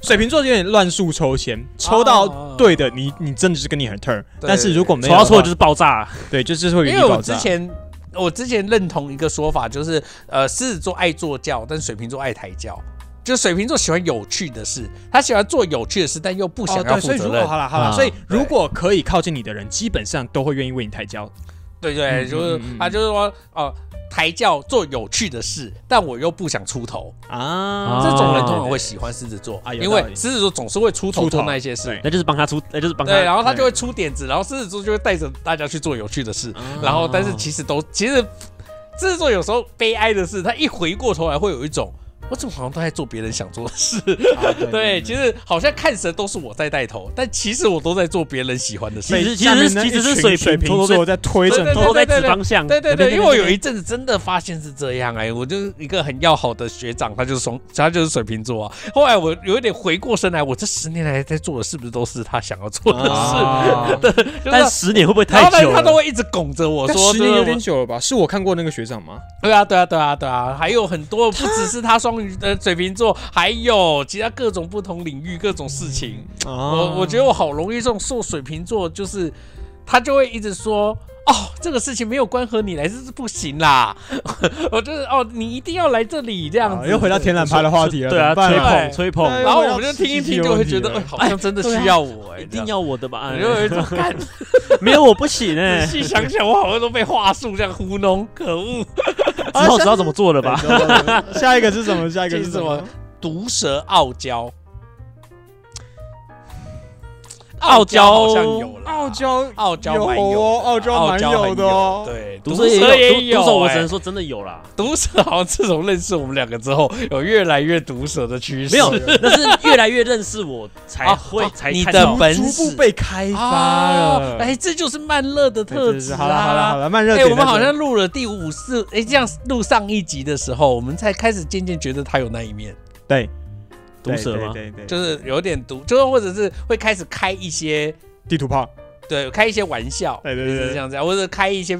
[SPEAKER 2] 水瓶座有点乱数抽签，抽到对的你你真的是跟你很 turn，
[SPEAKER 1] 对
[SPEAKER 2] 但是如果没
[SPEAKER 3] 哦抽
[SPEAKER 2] 有
[SPEAKER 3] 到
[SPEAKER 2] 的话，
[SPEAKER 3] 错就是爆炸，
[SPEAKER 2] 对，就是会
[SPEAKER 1] 因
[SPEAKER 2] 原
[SPEAKER 1] 为
[SPEAKER 2] 地
[SPEAKER 1] 我
[SPEAKER 2] 爆
[SPEAKER 1] 之
[SPEAKER 2] 炸。
[SPEAKER 1] 前我之前认同一个说法，就是呃狮子座爱坐轿，但水瓶座爱抬轿。就水瓶座喜欢有趣的事，他喜欢做有趣的事，但又不想
[SPEAKER 2] 哦，
[SPEAKER 1] 要
[SPEAKER 2] 对，
[SPEAKER 1] 负
[SPEAKER 2] 所以
[SPEAKER 1] 责
[SPEAKER 2] 如
[SPEAKER 1] 任
[SPEAKER 2] 果。好了好了，
[SPEAKER 3] 啊
[SPEAKER 2] 所以
[SPEAKER 1] 对
[SPEAKER 2] 如果可以靠近你的人，基本上都会愿意为你抬轿。
[SPEAKER 1] 对对，
[SPEAKER 2] 嗯
[SPEAKER 1] 就是
[SPEAKER 2] 嗯嗯嗯
[SPEAKER 1] 他就是说哦。抬轿做有趣的事，但我又不想出头，
[SPEAKER 2] 啊
[SPEAKER 1] 这种人
[SPEAKER 3] 哦
[SPEAKER 1] 通常会喜欢狮子座，
[SPEAKER 2] 啊有
[SPEAKER 1] 因
[SPEAKER 2] 道
[SPEAKER 1] 为
[SPEAKER 2] 理
[SPEAKER 1] 狮子座总是会出头
[SPEAKER 2] 出头
[SPEAKER 1] 做那一些事
[SPEAKER 2] 对，
[SPEAKER 3] 那就是帮他出，那就是帮他
[SPEAKER 1] 对，然后他就会出点子，然后狮子座就会带着大家去做有趣的事，然后但是其实都其实狮子座有时候悲哀的是，他一回过头来会有一种。我怎么好像都在做别人想做的事？
[SPEAKER 2] 啊对
[SPEAKER 1] 对，其实好像看似都是我在带头，但其实我都在做别人喜欢的事
[SPEAKER 3] 其。实其
[SPEAKER 2] 下面
[SPEAKER 3] 实
[SPEAKER 2] 那
[SPEAKER 3] 其实
[SPEAKER 2] 一
[SPEAKER 3] 是
[SPEAKER 2] 群
[SPEAKER 3] 水
[SPEAKER 2] 水
[SPEAKER 3] 瓶
[SPEAKER 2] 瓶
[SPEAKER 3] 偷偷
[SPEAKER 2] 座
[SPEAKER 3] 在
[SPEAKER 2] 在推
[SPEAKER 1] 对
[SPEAKER 2] 着
[SPEAKER 1] 对
[SPEAKER 2] 你
[SPEAKER 1] 对
[SPEAKER 3] 偷偷在指方向，
[SPEAKER 1] 对对
[SPEAKER 3] 那
[SPEAKER 1] 对，
[SPEAKER 3] 边
[SPEAKER 1] 因为我有一阵子真的发现是这样哎、我就一个很要好的学长，他就是双，他就是水瓶座啊。后来我有一点回过神来，我这十年来在做的是不是都是他想要做的事？
[SPEAKER 2] 啊，对，
[SPEAKER 1] 就是
[SPEAKER 3] 但十年会不会
[SPEAKER 1] 然
[SPEAKER 3] 太
[SPEAKER 1] 后他
[SPEAKER 3] 久
[SPEAKER 1] 他都
[SPEAKER 3] 了？
[SPEAKER 1] 会一直拱着我说，
[SPEAKER 2] 十
[SPEAKER 1] 就
[SPEAKER 2] 年
[SPEAKER 1] 是
[SPEAKER 2] 有
[SPEAKER 1] 我
[SPEAKER 2] 点久了吧？是我看过那个学长吗？
[SPEAKER 1] 对啊，对啊，对啊，对啊，还有很多，不只是他双鱼呃水瓶座，还有其他各种不同领域各种事情。
[SPEAKER 2] 啊，
[SPEAKER 1] 我我觉得我好容易这种受水瓶座，就是他就会一直说。哦，这个事情没有关合你来，这是不行啦！ 我就是哦，你一定要来这里这样
[SPEAKER 2] 啊
[SPEAKER 1] 子。
[SPEAKER 2] 又回到天然拍的话题了，
[SPEAKER 3] 对啊，
[SPEAKER 2] 怎么
[SPEAKER 3] 吹
[SPEAKER 2] 办
[SPEAKER 1] 对
[SPEAKER 3] 捧吹捧，
[SPEAKER 1] 然后我们就听一听，就会觉得，哎，好像真的需要我，哎，
[SPEAKER 3] 一定要我的吧？
[SPEAKER 1] 这
[SPEAKER 3] 哎
[SPEAKER 1] 样。我就有一种干，
[SPEAKER 3] 没有我不行哎，
[SPEAKER 1] 仔
[SPEAKER 3] 之
[SPEAKER 1] 细想想，我好像都被话术这样糊弄，可恶！
[SPEAKER 3] 后知道怎么做了吧？
[SPEAKER 2] 下一个是什么？下一
[SPEAKER 1] 个
[SPEAKER 2] 个
[SPEAKER 1] 是
[SPEAKER 2] 是
[SPEAKER 1] 什
[SPEAKER 2] 什
[SPEAKER 1] 么
[SPEAKER 2] 么？
[SPEAKER 1] 毒舌傲娇，
[SPEAKER 3] 傲娇
[SPEAKER 1] 好像有了，
[SPEAKER 2] 傲娇，
[SPEAKER 1] 傲娇蛮有
[SPEAKER 2] 有
[SPEAKER 1] 的
[SPEAKER 2] 哦
[SPEAKER 1] 傲
[SPEAKER 2] 傲娇蛮
[SPEAKER 1] 娇很
[SPEAKER 2] 有的哦
[SPEAKER 1] 对，
[SPEAKER 3] 毒
[SPEAKER 1] 毒
[SPEAKER 3] 蛇
[SPEAKER 1] 蛇也
[SPEAKER 3] 有，毒蛇我只
[SPEAKER 1] 哎
[SPEAKER 3] 能说真的有啦。
[SPEAKER 1] 毒蛇好像自从认识我们两个之后，有越来越毒蛇的趋势。
[SPEAKER 3] 没有，但是越来越认识我才
[SPEAKER 1] 啊
[SPEAKER 3] 会
[SPEAKER 1] 啊
[SPEAKER 3] 才
[SPEAKER 1] 你
[SPEAKER 3] 看
[SPEAKER 1] 的
[SPEAKER 3] 到
[SPEAKER 1] 本
[SPEAKER 2] 哎逐
[SPEAKER 1] 事
[SPEAKER 2] 步被开发
[SPEAKER 1] 啊
[SPEAKER 2] 了，，
[SPEAKER 1] 哎，这就是慢热的
[SPEAKER 2] 对
[SPEAKER 1] 特
[SPEAKER 2] 对
[SPEAKER 1] 质
[SPEAKER 2] 对
[SPEAKER 1] 啊。
[SPEAKER 2] 好了好了好了，慢热
[SPEAKER 1] 哎、
[SPEAKER 2] 点
[SPEAKER 1] 我
[SPEAKER 2] 在
[SPEAKER 1] 们
[SPEAKER 2] 这
[SPEAKER 1] 好像录了第五四，哎、这样录上一集的时候，我们才开始渐渐觉得他有那一面，
[SPEAKER 2] 对
[SPEAKER 3] 毒蛇吗？
[SPEAKER 2] 对对对，
[SPEAKER 1] 就是有点毒，就是或者是会开始开一些
[SPEAKER 2] 地图炮，
[SPEAKER 1] 对，开一些玩笑，
[SPEAKER 2] 哎对对对
[SPEAKER 1] 就是这样子，或者开一些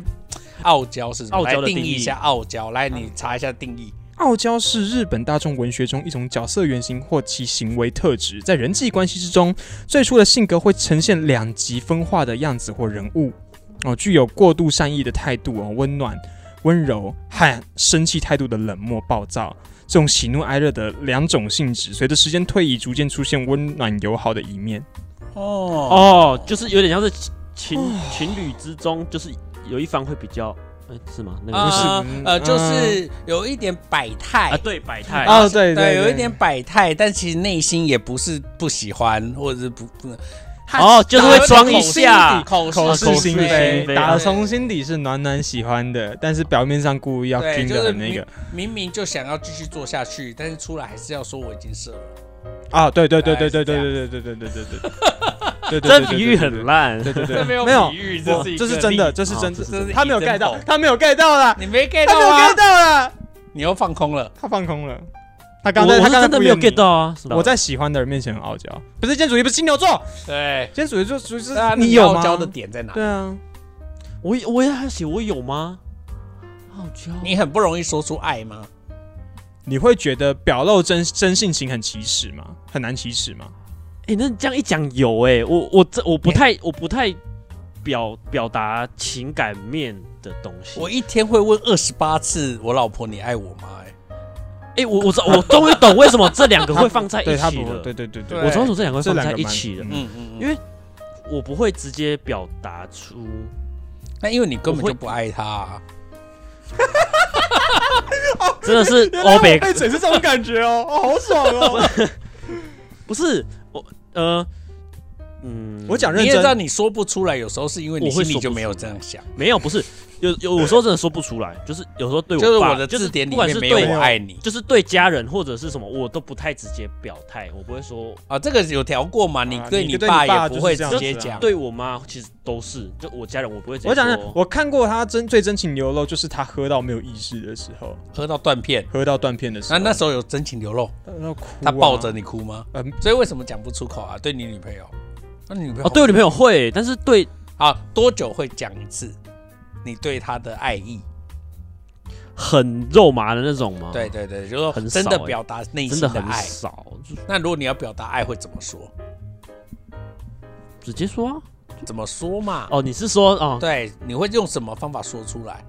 [SPEAKER 1] 傲娇是什么？
[SPEAKER 3] 傲娇
[SPEAKER 1] 来
[SPEAKER 3] 的
[SPEAKER 1] 定
[SPEAKER 3] 定
[SPEAKER 1] 义一
[SPEAKER 3] 义
[SPEAKER 1] 下傲娇，来你查一下定义。
[SPEAKER 2] 傲娇是日本大众文学中一种角色原型或其行为特质，在人际关系之中，最初的性格会呈现两极分化的样子或人物。哦，具有过度善意的态度哦，温暖、温柔和生气态度的冷漠暴躁，这种喜怒哀乐的两种性质，随着时间推移，逐渐出现温暖友好的一面。
[SPEAKER 1] 哦
[SPEAKER 3] 哦，就是有点像是情情情侣之中，就是有一方会比较，嗯，是吗？那个
[SPEAKER 1] 啊
[SPEAKER 3] 不是
[SPEAKER 2] 嗯
[SPEAKER 1] 呃，就是有一点百态
[SPEAKER 3] 啊，对，百态
[SPEAKER 2] 哦，对
[SPEAKER 1] 对，有一点百态，但其实内心也不是不喜欢，或者是不不能，
[SPEAKER 3] 哦，就是会装一下，
[SPEAKER 1] 口
[SPEAKER 2] 口
[SPEAKER 1] 是
[SPEAKER 2] 是
[SPEAKER 3] 是
[SPEAKER 2] 心啊
[SPEAKER 3] 心
[SPEAKER 2] 非，
[SPEAKER 3] 非
[SPEAKER 2] 打
[SPEAKER 1] 对
[SPEAKER 2] 从心底是暖暖喜欢的，但是表面上故意要
[SPEAKER 1] 对，
[SPEAKER 2] 盯
[SPEAKER 1] 就
[SPEAKER 2] 的
[SPEAKER 1] 是
[SPEAKER 2] 很那
[SPEAKER 1] 明
[SPEAKER 2] 个
[SPEAKER 1] 明明就想要继续做下去，但是出来还是要说我已经射了。
[SPEAKER 2] 啊，对对对
[SPEAKER 1] 大概
[SPEAKER 3] 哎
[SPEAKER 2] 对
[SPEAKER 1] 是这
[SPEAKER 2] 对对
[SPEAKER 1] 样
[SPEAKER 2] 对对对对对对对对 对，
[SPEAKER 3] 这
[SPEAKER 2] 对
[SPEAKER 3] 比喻很，烂。
[SPEAKER 2] 对对对
[SPEAKER 1] 这
[SPEAKER 2] 对
[SPEAKER 1] 没
[SPEAKER 2] 对，
[SPEAKER 1] 有
[SPEAKER 2] 没有
[SPEAKER 1] 比，喻，
[SPEAKER 2] 我
[SPEAKER 1] 这是一
[SPEAKER 2] 这
[SPEAKER 1] 个
[SPEAKER 2] 是真的，这是
[SPEAKER 3] 哦
[SPEAKER 2] 真
[SPEAKER 3] 这是
[SPEAKER 1] 真
[SPEAKER 2] 的，
[SPEAKER 1] 的
[SPEAKER 2] 他没有
[SPEAKER 1] 一针
[SPEAKER 2] get 到
[SPEAKER 1] 孔，
[SPEAKER 2] 他没有 get 到啦，
[SPEAKER 1] 例，啊你没 get
[SPEAKER 2] 他没有
[SPEAKER 1] 到
[SPEAKER 2] get
[SPEAKER 1] 啊？
[SPEAKER 2] 到啦，
[SPEAKER 1] 你又放空了。
[SPEAKER 2] 他放空了，他
[SPEAKER 3] 我
[SPEAKER 2] 刚才
[SPEAKER 3] 我
[SPEAKER 2] 他
[SPEAKER 3] 是
[SPEAKER 2] 刚才
[SPEAKER 3] 真的没有
[SPEAKER 2] 敷衍
[SPEAKER 3] get
[SPEAKER 2] 你。
[SPEAKER 3] 到啊，是吧
[SPEAKER 2] 我在喜欢的人面前很傲娇，不是今天主题不是金牛座，
[SPEAKER 1] 对，
[SPEAKER 2] 今天主题就主题是
[SPEAKER 1] 那
[SPEAKER 2] 你有
[SPEAKER 1] 要
[SPEAKER 2] 吗？
[SPEAKER 1] 啊教的点在哪？
[SPEAKER 2] 对啊，
[SPEAKER 3] 我也我也还写我有吗？傲娇，
[SPEAKER 1] 你很不容易说出爱吗？
[SPEAKER 2] 你会觉得表露真真性情很奇耻吗？很难启齿吗？
[SPEAKER 3] 哎、那你这样一讲有哎、我我这我不太、我不太表表达情感面的东西。
[SPEAKER 1] 我一天会问二十八次我老婆你爱我吗？哎
[SPEAKER 3] 哎、我我知道我终于懂为什么这两个
[SPEAKER 2] 他
[SPEAKER 3] 会放在一
[SPEAKER 2] 对他
[SPEAKER 3] 起
[SPEAKER 2] 不会，
[SPEAKER 3] 了。
[SPEAKER 2] 对对对
[SPEAKER 1] 对
[SPEAKER 3] 我终于懂这两个会
[SPEAKER 2] 这
[SPEAKER 3] 放
[SPEAKER 2] 两
[SPEAKER 3] 在
[SPEAKER 2] 个
[SPEAKER 3] 一
[SPEAKER 2] 蛮
[SPEAKER 3] 起了。
[SPEAKER 1] 嗯嗯，
[SPEAKER 3] 因为我不会直接表达出，
[SPEAKER 1] 那因为你根本
[SPEAKER 3] 我会
[SPEAKER 1] 就不爱她啊。
[SPEAKER 3] 真的 是
[SPEAKER 2] 原来
[SPEAKER 3] 欧
[SPEAKER 2] 我
[SPEAKER 3] 北
[SPEAKER 2] 被嘴啊哎是这种感觉哦，哦，好爽 哦！
[SPEAKER 3] 不是我呃嗯，
[SPEAKER 2] 我讲
[SPEAKER 1] 你
[SPEAKER 2] 认
[SPEAKER 1] 也知道
[SPEAKER 2] 真，
[SPEAKER 1] 你说不出来，有时候是因为你
[SPEAKER 3] 我会
[SPEAKER 1] 心里
[SPEAKER 3] 说
[SPEAKER 1] 就
[SPEAKER 3] 不
[SPEAKER 1] 没有
[SPEAKER 3] 出
[SPEAKER 1] 这样想。
[SPEAKER 3] 没有不是有有时候真的说不出来，就是有时候对
[SPEAKER 1] 就是
[SPEAKER 3] 爸
[SPEAKER 1] 我的
[SPEAKER 3] 就是
[SPEAKER 1] 字典里
[SPEAKER 3] 不管
[SPEAKER 1] 面
[SPEAKER 3] 是
[SPEAKER 1] 没有啊
[SPEAKER 3] 对
[SPEAKER 1] 我爱你
[SPEAKER 3] 就是对家人或者是什么，我都不太直接表态，我不会说
[SPEAKER 1] 啊，这个有调过嘛？你
[SPEAKER 2] 啊
[SPEAKER 1] 对
[SPEAKER 2] 你
[SPEAKER 1] 你
[SPEAKER 2] 对
[SPEAKER 1] 爸
[SPEAKER 2] 你爸
[SPEAKER 1] 也
[SPEAKER 2] 就
[SPEAKER 1] 不
[SPEAKER 2] 是
[SPEAKER 1] 会
[SPEAKER 2] 这
[SPEAKER 1] 直
[SPEAKER 2] 样子
[SPEAKER 1] 接
[SPEAKER 2] 啊
[SPEAKER 1] 讲，
[SPEAKER 3] 对我妈其实都是，就我家人我不会直接
[SPEAKER 2] 我讲
[SPEAKER 3] 说
[SPEAKER 2] 的，我看过他真最真情流露，就是他喝到没有意识的时候，
[SPEAKER 1] 喝到断片。
[SPEAKER 2] 喝到断片的时
[SPEAKER 1] 那
[SPEAKER 2] 候，
[SPEAKER 1] 那时候有真情流露，
[SPEAKER 2] 他啊要哭啊
[SPEAKER 1] 他抱着，你哭吗？
[SPEAKER 2] 嗯
[SPEAKER 1] 所以为什么讲不出口啊？对你女朋友，那你女朋友
[SPEAKER 3] 哦，对我女朋友会，但是对
[SPEAKER 1] 啊，多久会讲一次你对她的爱意？
[SPEAKER 3] 很肉麻的那种
[SPEAKER 2] 哦
[SPEAKER 3] 吗？
[SPEAKER 1] 对，对对，就是说
[SPEAKER 3] 很
[SPEAKER 1] 真
[SPEAKER 3] 少
[SPEAKER 1] 的
[SPEAKER 3] 欸
[SPEAKER 1] 表达内
[SPEAKER 3] 真
[SPEAKER 1] 心
[SPEAKER 3] 的很
[SPEAKER 1] 爱。
[SPEAKER 3] 少，就
[SPEAKER 1] 那如果你要表达爱，会怎么说？
[SPEAKER 3] 直接说啊。
[SPEAKER 1] 怎么说嘛？
[SPEAKER 3] 哦，你是说哦，
[SPEAKER 1] 对，你会用什么方法说出来？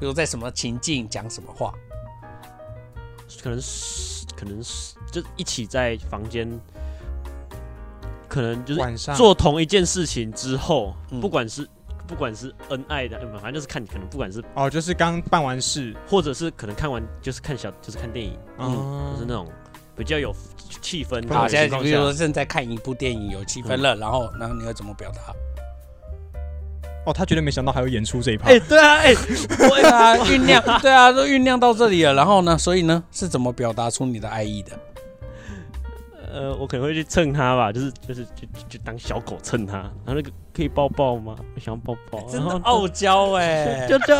[SPEAKER 1] 比如在什么情境讲什么话？
[SPEAKER 3] 可能是可能是就一起在房间，可能就是
[SPEAKER 2] 晚上
[SPEAKER 3] 做同一件事情之后，
[SPEAKER 1] 嗯
[SPEAKER 3] 不管是不管是恩爱的，呃反正就是看你可能不管是
[SPEAKER 2] 哦，就是刚办完事，
[SPEAKER 3] 或者是可能看完就是看小就是看电影，
[SPEAKER 2] 嗯，
[SPEAKER 3] 就是那种比较有气氛的情况下。
[SPEAKER 1] 好，现在比如说正在看一部电影，有气氛了，然后然后你会怎么表达？
[SPEAKER 2] 哦，他绝对没想到还有演出这一趴
[SPEAKER 3] 哎、，对啊，哎、
[SPEAKER 1] 对啊，酝酿，对啊，都酝酿到这里了。然后呢，所以呢，是怎么表达出你的爱意的？
[SPEAKER 3] 呃，我可能会去蹭他吧，就是就是就就就当小狗蹭他，然后那个可以抱抱吗？我想要抱抱，然后
[SPEAKER 1] 娇哎
[SPEAKER 3] 就就
[SPEAKER 2] 这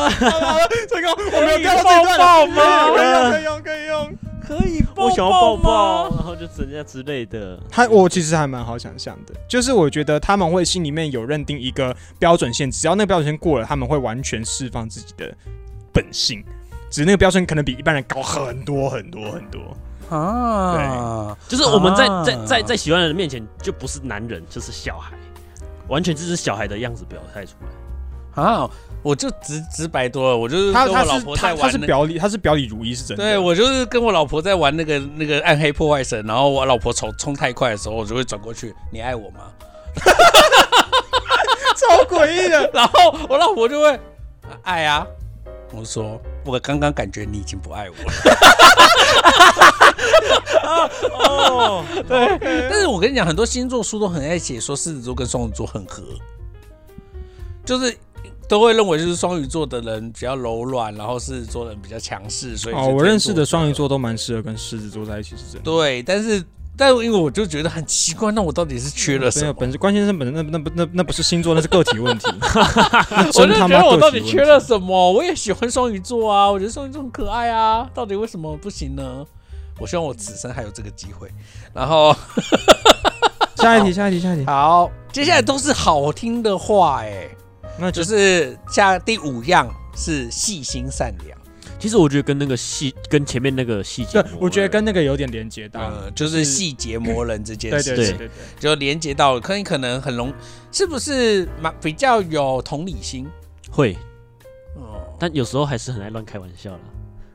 [SPEAKER 2] 个我没有掉到这一段了，
[SPEAKER 3] 抱抱吗？
[SPEAKER 2] 可以用可以用可以用。
[SPEAKER 1] 可以
[SPEAKER 3] 我想要抱抱，然后就人家之类的。
[SPEAKER 2] 他我其实还蛮好想象的，就是我觉得他们会心里面有认定一个标准线，只要那个标准线过了，他们会完全释放自己的本性。只是那个标准可能比一般人高很多很多很多。
[SPEAKER 1] 啊。
[SPEAKER 3] 就是我们在
[SPEAKER 1] 啊
[SPEAKER 3] 在在在喜欢的人面前，就不是男人，就是小孩，完全就是小孩的样子表态出来。
[SPEAKER 1] 啊，我就直直白多了，我就是
[SPEAKER 2] 他
[SPEAKER 1] 跟我
[SPEAKER 2] 他
[SPEAKER 1] 老
[SPEAKER 2] 是
[SPEAKER 1] 婆在
[SPEAKER 2] 他他
[SPEAKER 1] 玩
[SPEAKER 2] 是
[SPEAKER 1] 那。
[SPEAKER 2] 表里他是表里如一是真的。
[SPEAKER 1] 对，我就是跟我老婆在玩那个那个暗黑破坏神，然后我老婆冲冲太快的时候，我就会转过去，你爱我吗？
[SPEAKER 2] 超诡异 的。
[SPEAKER 1] 然后我老婆就会啊爱啊，我说我刚刚感觉你已经不爱我了。
[SPEAKER 3] 哦，
[SPEAKER 1] 但是我跟你讲，很多星座书都很爱写说狮子座跟双子座很合，就是都会认为就是双鱼座的人比较柔软，然后狮子座的人比较强势，所以是
[SPEAKER 2] 哦，我认识的
[SPEAKER 1] 天
[SPEAKER 2] 双鱼座都蛮适合跟狮子座在一起，是真的。
[SPEAKER 1] 对，但是但因为我就觉得很奇怪，那我到底是缺了什
[SPEAKER 2] 嗯没有，
[SPEAKER 1] 么？
[SPEAKER 2] 本身关先生本身那那不那那不是星座，那是个体 问题。 那
[SPEAKER 1] 我
[SPEAKER 2] 真
[SPEAKER 1] 就觉
[SPEAKER 2] 他妈
[SPEAKER 1] 得我
[SPEAKER 2] 个
[SPEAKER 1] 到
[SPEAKER 2] 体
[SPEAKER 1] 底
[SPEAKER 2] 问
[SPEAKER 1] 缺
[SPEAKER 2] 题。
[SPEAKER 1] 了什么？我也喜欢双鱼座啊，我觉得双鱼座很可爱啊，到底为什么不行呢？我希望我此生还有这个机会。然后
[SPEAKER 2] 下一题，下一题，下一题。
[SPEAKER 1] 好，接下来都是好听的话、哎，
[SPEAKER 2] 那就
[SPEAKER 1] 就是是下第五样是细心善良，
[SPEAKER 3] 其实我觉得跟那个细，跟前面那个细节
[SPEAKER 2] 对
[SPEAKER 3] 磨，人，
[SPEAKER 2] 我觉得跟那个有点连接到。
[SPEAKER 1] 呃，就是细节磨人这件
[SPEAKER 2] 对
[SPEAKER 1] 事
[SPEAKER 2] 对
[SPEAKER 1] 情，
[SPEAKER 2] 对对对，
[SPEAKER 1] 就连接到了，可你可能很容，是不是蛮比较有同理心？
[SPEAKER 3] 会，
[SPEAKER 1] 哦，
[SPEAKER 3] 但有时候还是很爱乱开玩笑啦。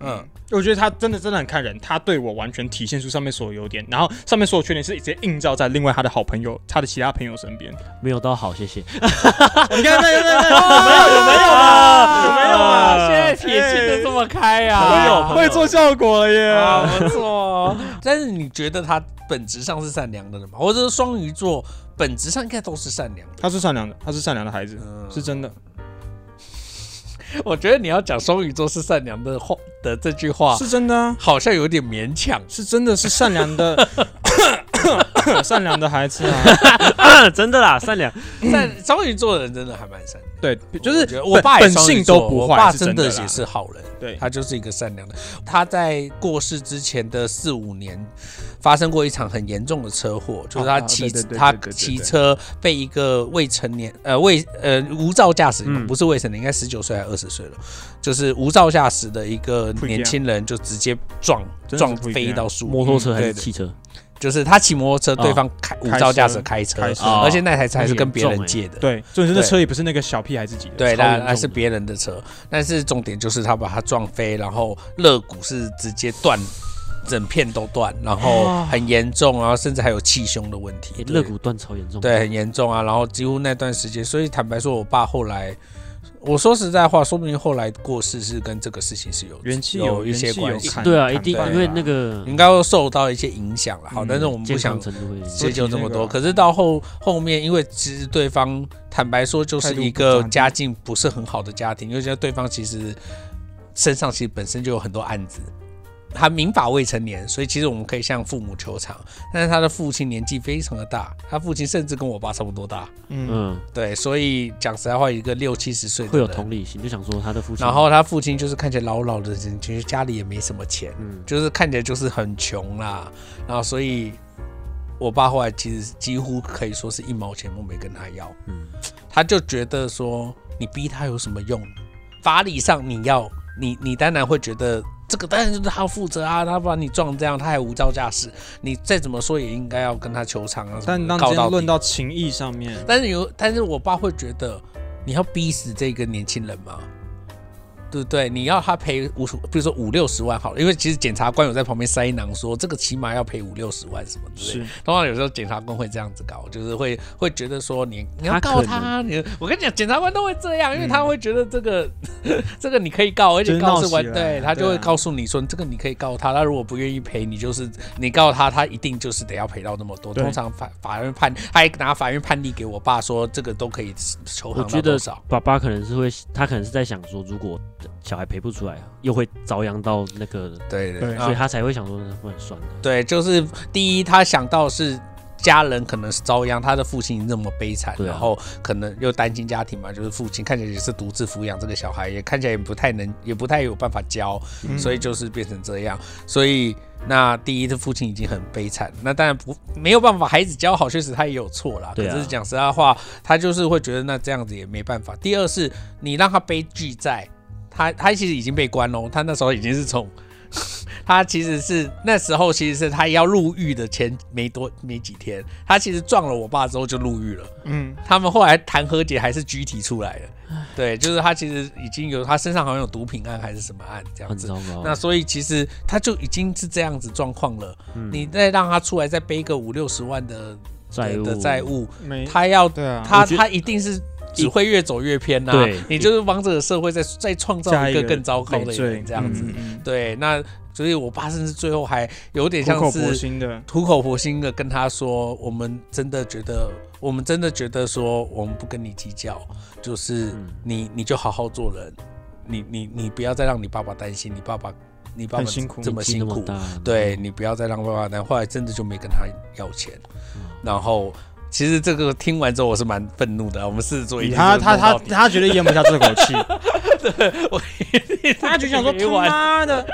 [SPEAKER 1] 嗯，
[SPEAKER 2] 我觉得他真的真的很看人，他对我完全体现出上面所有优点，然后上面所有缺点是直接映照在另外他的好朋友、他的其他朋友身边。哦
[SPEAKER 3] 没有到好，谢谢。
[SPEAKER 2] 你看，对对对，
[SPEAKER 1] 有没 有啊？
[SPEAKER 3] 有没有啊
[SPEAKER 1] 现在撇清的这么开
[SPEAKER 3] 哎
[SPEAKER 1] 啊？
[SPEAKER 3] 朋友
[SPEAKER 2] 会做效果了耶！
[SPEAKER 1] 啊，不错哦。但是你觉得他本质上是善良的人吗？或者说双鱼座本质上应该都是善良的？
[SPEAKER 2] 他是善良的，他是善良的孩子，
[SPEAKER 1] 嗯
[SPEAKER 2] 是真的。
[SPEAKER 1] 我觉得你要讲双鱼座是善良的话的这句话，
[SPEAKER 2] 是真的啊，
[SPEAKER 1] 好像有点勉强。
[SPEAKER 2] 是真的是善良的，善良的孩子 啊，
[SPEAKER 3] 真的啦，善良。
[SPEAKER 1] 但双鱼座的人真的还蛮善良的。
[SPEAKER 2] 对，就
[SPEAKER 1] 我
[SPEAKER 2] 是
[SPEAKER 1] 觉得
[SPEAKER 2] 本
[SPEAKER 1] 我爸也
[SPEAKER 2] 本
[SPEAKER 1] 双鱼
[SPEAKER 2] 性
[SPEAKER 1] 座
[SPEAKER 2] 都不
[SPEAKER 1] 我爸
[SPEAKER 2] 坏，是
[SPEAKER 1] 真
[SPEAKER 2] 的啦
[SPEAKER 1] 也是好人，
[SPEAKER 2] 对，
[SPEAKER 1] 他就是一个善良的。他在过世之前的四五年，发生过一场很严重的车祸，就是他
[SPEAKER 2] 啊
[SPEAKER 1] 骑
[SPEAKER 2] 对对对
[SPEAKER 1] 他
[SPEAKER 2] 对对对
[SPEAKER 1] 骑
[SPEAKER 2] 对
[SPEAKER 1] 车被一个未成年呃未呃无照驾驶，
[SPEAKER 3] 嗯
[SPEAKER 1] 不是未成年，应该十九岁还是二十岁了，就是无照驾驶的一个
[SPEAKER 2] 不一样
[SPEAKER 1] 年轻人就直接撞
[SPEAKER 2] 真的是
[SPEAKER 1] 撞
[SPEAKER 2] 不一
[SPEAKER 1] 飞
[SPEAKER 2] 样
[SPEAKER 1] 到树
[SPEAKER 3] 摩托车还
[SPEAKER 1] 嗯对
[SPEAKER 3] 是
[SPEAKER 1] 对
[SPEAKER 3] 汽车？
[SPEAKER 1] 就是他骑摩托车，
[SPEAKER 3] 哦
[SPEAKER 1] 对方开无照驾驶开车
[SPEAKER 2] 啊开，车
[SPEAKER 1] 而且那台车还是
[SPEAKER 3] 哦
[SPEAKER 1] 跟别人
[SPEAKER 3] 很严重
[SPEAKER 1] 借的。
[SPEAKER 2] 对，重点欸是
[SPEAKER 1] 对
[SPEAKER 2] 那车也不是那个小屁孩自己的，
[SPEAKER 1] 对，
[SPEAKER 3] 超
[SPEAKER 1] 那
[SPEAKER 3] 严重
[SPEAKER 1] 那是
[SPEAKER 3] 的
[SPEAKER 1] 别人的车，但是重点就是他把他撞飞，然后肋骨是直接断，整片都断，然后
[SPEAKER 2] 哇
[SPEAKER 1] 很严重，然后甚至还有气胸的问题
[SPEAKER 3] 诶，
[SPEAKER 1] 对
[SPEAKER 3] 哎肋骨断超严重。
[SPEAKER 1] 对很严重啊，然后几乎那段时间，所以坦白说，我爸后来，我说实在话，说不定后来过世是跟这个事情是有
[SPEAKER 2] 元气
[SPEAKER 1] 有
[SPEAKER 2] 有
[SPEAKER 1] 一些
[SPEAKER 2] 元气有
[SPEAKER 1] 关系，
[SPEAKER 2] 看
[SPEAKER 3] 对啊，
[SPEAKER 2] 看
[SPEAKER 3] 一定
[SPEAKER 1] 对啊
[SPEAKER 3] 因为那个
[SPEAKER 1] 应该会受到一些影响了。好，
[SPEAKER 2] 嗯
[SPEAKER 1] 但是我们不
[SPEAKER 3] 健
[SPEAKER 1] 想
[SPEAKER 3] 康程度会有
[SPEAKER 1] 追究这么多。
[SPEAKER 2] 多提那个
[SPEAKER 1] 可是到后后面，因为其实对方坦白说就是一个家境不是很好的家庭，因为觉得对方其实身上其实本身就有很多案子。他民法未成年，所以其实我们可以向父母求偿。但是他的父亲年纪非常的大，他父亲甚至跟我爸差不多大，
[SPEAKER 2] 嗯，
[SPEAKER 3] 嗯，
[SPEAKER 1] 对，所以讲实在话，一个六七十岁的
[SPEAKER 3] 会有
[SPEAKER 1] 人
[SPEAKER 3] 同理心，就想说他的父亲，
[SPEAKER 1] 然后他父亲就是看起来老老的人，其实家里也没什么钱，
[SPEAKER 3] 嗯，
[SPEAKER 1] 就是看起来就是很穷啦。然后所以我爸后来其实几乎可以说是一毛钱都没跟他要，
[SPEAKER 3] 嗯
[SPEAKER 1] 他就觉得说你逼他有什么用？法理上你要你你当然会觉得这个当然就是他负责啊，他把你撞这样，他还无照驾驶，你再怎么说也应该要跟他求偿啊什
[SPEAKER 2] 但
[SPEAKER 1] 么的，
[SPEAKER 2] 当
[SPEAKER 1] 告
[SPEAKER 2] 今
[SPEAKER 1] 到
[SPEAKER 2] 天
[SPEAKER 1] 底
[SPEAKER 2] 论。到情义上面，
[SPEAKER 1] 但是有，但是我爸会觉得你要逼死这个年轻人吗？对不对？你要他赔五十，比如说五六十万好了，因为其实检察官有在旁边塞囊说，这个起码要赔五六十万什么之类的。
[SPEAKER 2] 是
[SPEAKER 1] 通常有时候检察官会这样子搞，就是会会觉得说你你要
[SPEAKER 3] 他
[SPEAKER 1] 告
[SPEAKER 3] 可
[SPEAKER 1] 他，你我跟你讲，检察官都会这样，因为他会觉得这个、 这个你可以告，而
[SPEAKER 2] 就
[SPEAKER 1] 且
[SPEAKER 2] 是
[SPEAKER 1] 告
[SPEAKER 2] 闹
[SPEAKER 1] 是完
[SPEAKER 2] 起来
[SPEAKER 1] 对他就
[SPEAKER 2] 对啊
[SPEAKER 1] 会告诉你说这个你可以告他，他如果不愿意赔，你就是你告他，他一定就是得要赔到那么多。
[SPEAKER 2] 对
[SPEAKER 1] 通常法法院判，他还拿法院判例给我爸说这个都可以求
[SPEAKER 3] 我
[SPEAKER 1] 偿
[SPEAKER 3] 觉
[SPEAKER 1] 到
[SPEAKER 3] 得
[SPEAKER 1] 多少。
[SPEAKER 3] 爸爸可能是会，他可能是在想说，如果小孩赔不出来，又会遭殃到那个，
[SPEAKER 1] 对对
[SPEAKER 2] 对
[SPEAKER 1] 对
[SPEAKER 3] 所以
[SPEAKER 1] 啊
[SPEAKER 3] 他才会想说，那不然算了。
[SPEAKER 1] 对，就是第一，他想到是家人可能是遭殃，他的父亲那么悲惨，
[SPEAKER 3] 对啊
[SPEAKER 1] 然后可能又担心家庭嘛，就是父亲看起来也是独自抚养这个小孩，也看起来也不太能，也不太有办法教，
[SPEAKER 2] 嗯
[SPEAKER 1] 所以就是变成这样。所以那第一，这父亲已经很悲惨，那当然不没有办法，孩子教好，确实他也有错啦。
[SPEAKER 3] 对啊
[SPEAKER 1] 可是讲实在话，他就是会觉得那这样子也没办法。第二是你让他背巨债，他他其实已经被关喽，他那时候已经是从。 他其实是那时候，其实是他要入狱的前没多没几天，他其实撞了我爸之后就入狱了。
[SPEAKER 2] 嗯，
[SPEAKER 1] 他们后来谈和解还是拘提出来的，对，就是他其实已经有他身上好像有毒品案还是什么案这样
[SPEAKER 3] 很
[SPEAKER 1] 子。
[SPEAKER 3] 糟糕。
[SPEAKER 1] 那所以其实他就已经是这样子状况了，
[SPEAKER 3] 嗯
[SPEAKER 1] 你再让他出来再背个五六十万的
[SPEAKER 3] 债务
[SPEAKER 1] 的债，务，
[SPEAKER 2] 没，
[SPEAKER 1] 他要
[SPEAKER 2] 对啊，
[SPEAKER 1] 他
[SPEAKER 3] 我觉得
[SPEAKER 1] 他一定是只会越走越偏呐、
[SPEAKER 3] 对
[SPEAKER 1] 你就是王者社会在在创造
[SPEAKER 2] 加
[SPEAKER 1] 一
[SPEAKER 2] 一
[SPEAKER 1] 个
[SPEAKER 2] 个
[SPEAKER 1] 更糟糕
[SPEAKER 2] 累
[SPEAKER 1] 的
[SPEAKER 2] 赘
[SPEAKER 1] 人这样子。
[SPEAKER 2] 嗯嗯嗯
[SPEAKER 1] 对，那所以我爸甚至最后还有点像
[SPEAKER 2] 苦口
[SPEAKER 1] 是
[SPEAKER 2] 婆心的，
[SPEAKER 1] 苦口婆心的跟他说，我们真的觉得，我们真的觉得说，我们不跟你计较，就是
[SPEAKER 3] 嗯
[SPEAKER 1] 你你就好好做人，你你你不要再让你爸爸担心，你爸爸你爸爸
[SPEAKER 2] 很辛苦
[SPEAKER 1] 这么
[SPEAKER 3] 年纪
[SPEAKER 1] 辛
[SPEAKER 3] 那么
[SPEAKER 1] 苦，
[SPEAKER 3] 大，
[SPEAKER 1] 对你不要再让爸爸担心。后来真的就没跟他要钱，
[SPEAKER 3] 嗯
[SPEAKER 1] 然后。其实这个听完之后我是蛮愤怒的，我们狮子座一
[SPEAKER 2] 以
[SPEAKER 1] 定
[SPEAKER 2] 他
[SPEAKER 1] 是
[SPEAKER 2] 他
[SPEAKER 1] 弄到
[SPEAKER 2] 他他绝对咽不下这口气，他就想说
[SPEAKER 1] 没
[SPEAKER 2] 他
[SPEAKER 1] 完
[SPEAKER 2] 妈的，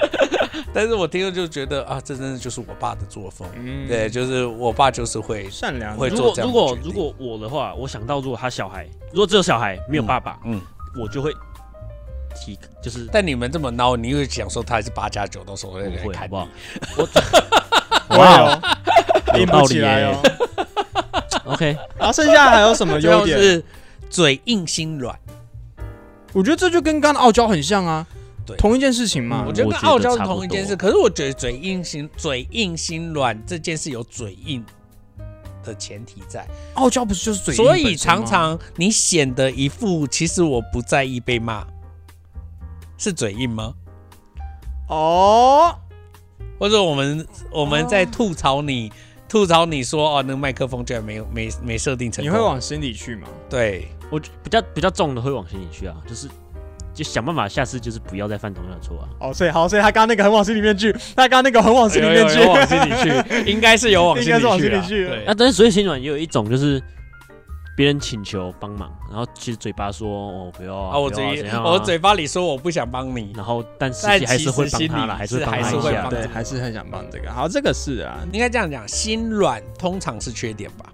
[SPEAKER 1] 但是我听了就觉得啊，这真的就是我爸的作风。
[SPEAKER 2] 嗯
[SPEAKER 1] 对，就是我爸就是会，
[SPEAKER 2] 善良
[SPEAKER 1] 会
[SPEAKER 2] 的，
[SPEAKER 3] 如
[SPEAKER 1] 做
[SPEAKER 3] 果
[SPEAKER 1] 这样的
[SPEAKER 3] 如果
[SPEAKER 1] 决定
[SPEAKER 3] 如果我的话，我想到如果他小孩，如果只有小孩没有爸爸，
[SPEAKER 1] 嗯。
[SPEAKER 3] 我就会提，就是
[SPEAKER 1] 但你们这么孬，你又想说他还是八加九，到时候我
[SPEAKER 3] 不
[SPEAKER 1] 再来
[SPEAKER 3] 会好
[SPEAKER 1] 看
[SPEAKER 3] 不好
[SPEAKER 1] 你。？
[SPEAKER 2] 哇
[SPEAKER 3] 哇
[SPEAKER 2] 哦，
[SPEAKER 3] 有
[SPEAKER 2] 硬
[SPEAKER 3] 道
[SPEAKER 2] 不
[SPEAKER 3] 理
[SPEAKER 2] 起来
[SPEAKER 3] 耶
[SPEAKER 2] 哦。。
[SPEAKER 3] OK， 哦
[SPEAKER 2] 然啊后剩下还有什么
[SPEAKER 1] 最
[SPEAKER 2] 优
[SPEAKER 1] 后
[SPEAKER 2] 点？
[SPEAKER 1] 是嘴硬心软，
[SPEAKER 2] 我觉得这就跟刚刚的傲娇很像啊，
[SPEAKER 1] 对嗯
[SPEAKER 2] 同一件事情嘛
[SPEAKER 1] 我。觉得
[SPEAKER 3] 我
[SPEAKER 1] 跟
[SPEAKER 3] 觉得
[SPEAKER 1] 傲娇是
[SPEAKER 3] 差不
[SPEAKER 1] 同一件
[SPEAKER 3] 多
[SPEAKER 1] 事，可是我觉得嘴硬心嘴硬心软这件事有嘴硬的前提在，
[SPEAKER 2] 傲娇不是就是嘴硬本
[SPEAKER 1] 所
[SPEAKER 2] 身吗，
[SPEAKER 1] 以常常你显得一副其实我不在意被骂，是嘴硬吗？
[SPEAKER 2] 哦，
[SPEAKER 1] 或者我们我们在
[SPEAKER 2] 哦
[SPEAKER 1] 吐槽你，吐槽你说哦，那个麦克风居然没有没没设定成
[SPEAKER 2] 你
[SPEAKER 1] 功，
[SPEAKER 2] 会往心里去吗？
[SPEAKER 1] 对
[SPEAKER 3] 我觉比较比较重的会往心里去啊，就是就想办法下次就是不要再犯同样的错啊。
[SPEAKER 2] 哦，所以好，所以他刚刚那个很往心里面去，他刚刚那个很往心里面去
[SPEAKER 1] 有有，有往心里去，应该是有往心
[SPEAKER 2] 应该是往
[SPEAKER 1] 里
[SPEAKER 2] 心
[SPEAKER 1] 去
[SPEAKER 2] 里
[SPEAKER 1] 啊，
[SPEAKER 2] 去
[SPEAKER 1] 对
[SPEAKER 3] 那但是所以心软也有一种就是别人请求帮忙，然后其实嘴巴说哦不要啊，
[SPEAKER 1] 啊，我
[SPEAKER 3] 不要怎
[SPEAKER 1] 嘴
[SPEAKER 3] 样啊
[SPEAKER 1] 我，嘴巴里说我不想帮你，
[SPEAKER 3] 然后但实
[SPEAKER 1] 但
[SPEAKER 3] 际还是会
[SPEAKER 1] 其实
[SPEAKER 3] 帮
[SPEAKER 1] 心
[SPEAKER 3] 他
[SPEAKER 1] 里
[SPEAKER 3] 了，还
[SPEAKER 1] 是
[SPEAKER 3] 会帮
[SPEAKER 1] 哎还
[SPEAKER 3] 他
[SPEAKER 1] 是
[SPEAKER 3] 一
[SPEAKER 1] 会
[SPEAKER 3] 下
[SPEAKER 1] 帮。
[SPEAKER 2] 对， 还是很想帮这个。好，这个是啊，
[SPEAKER 1] 应该这样讲，心软通常是缺点吧。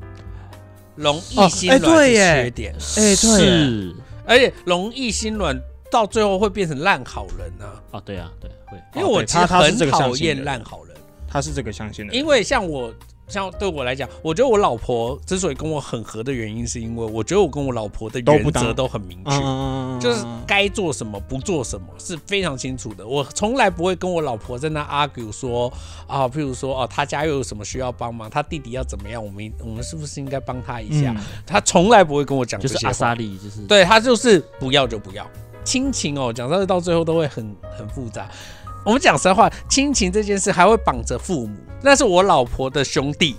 [SPEAKER 1] 容易
[SPEAKER 2] 哦
[SPEAKER 1] 心
[SPEAKER 2] 哎
[SPEAKER 1] 软是
[SPEAKER 2] 对耶
[SPEAKER 1] 缺点，
[SPEAKER 2] 哎对耶
[SPEAKER 3] 是
[SPEAKER 1] 而且容易心软到最后会变成烂好人啊！
[SPEAKER 3] 啊，对啊，对会。
[SPEAKER 1] 因为我
[SPEAKER 2] 哦对
[SPEAKER 1] 其实
[SPEAKER 2] 他他是这
[SPEAKER 1] 很
[SPEAKER 2] 个象
[SPEAKER 1] 讨
[SPEAKER 2] 限的
[SPEAKER 1] 厌烂好人，
[SPEAKER 2] 他是这个相信的人，
[SPEAKER 1] 因为像我，像对我来讲，我觉得我老婆之所以跟我很合的原因，是因为我觉得我跟我老婆的
[SPEAKER 2] 都
[SPEAKER 1] 原
[SPEAKER 2] 不当
[SPEAKER 1] 则都很明确，
[SPEAKER 2] 嗯，
[SPEAKER 1] 就是该做什么不做什么是非常清楚的。我从来不会跟我老婆在那 argue 说啊，譬如说哦，她家又有什么需要帮忙，她弟弟要怎么样，我们我们是不是应该帮她一下？
[SPEAKER 2] 嗯
[SPEAKER 1] 她从来不会跟我讲这
[SPEAKER 3] 就
[SPEAKER 1] 些
[SPEAKER 3] 是
[SPEAKER 1] 话
[SPEAKER 3] 阿莎莉，就是
[SPEAKER 1] 对他就是不要就不要。亲情哦，讲到这到最后都会很很复杂。我们讲实话，亲情这件事还会绑着父母，那是我老婆的兄弟，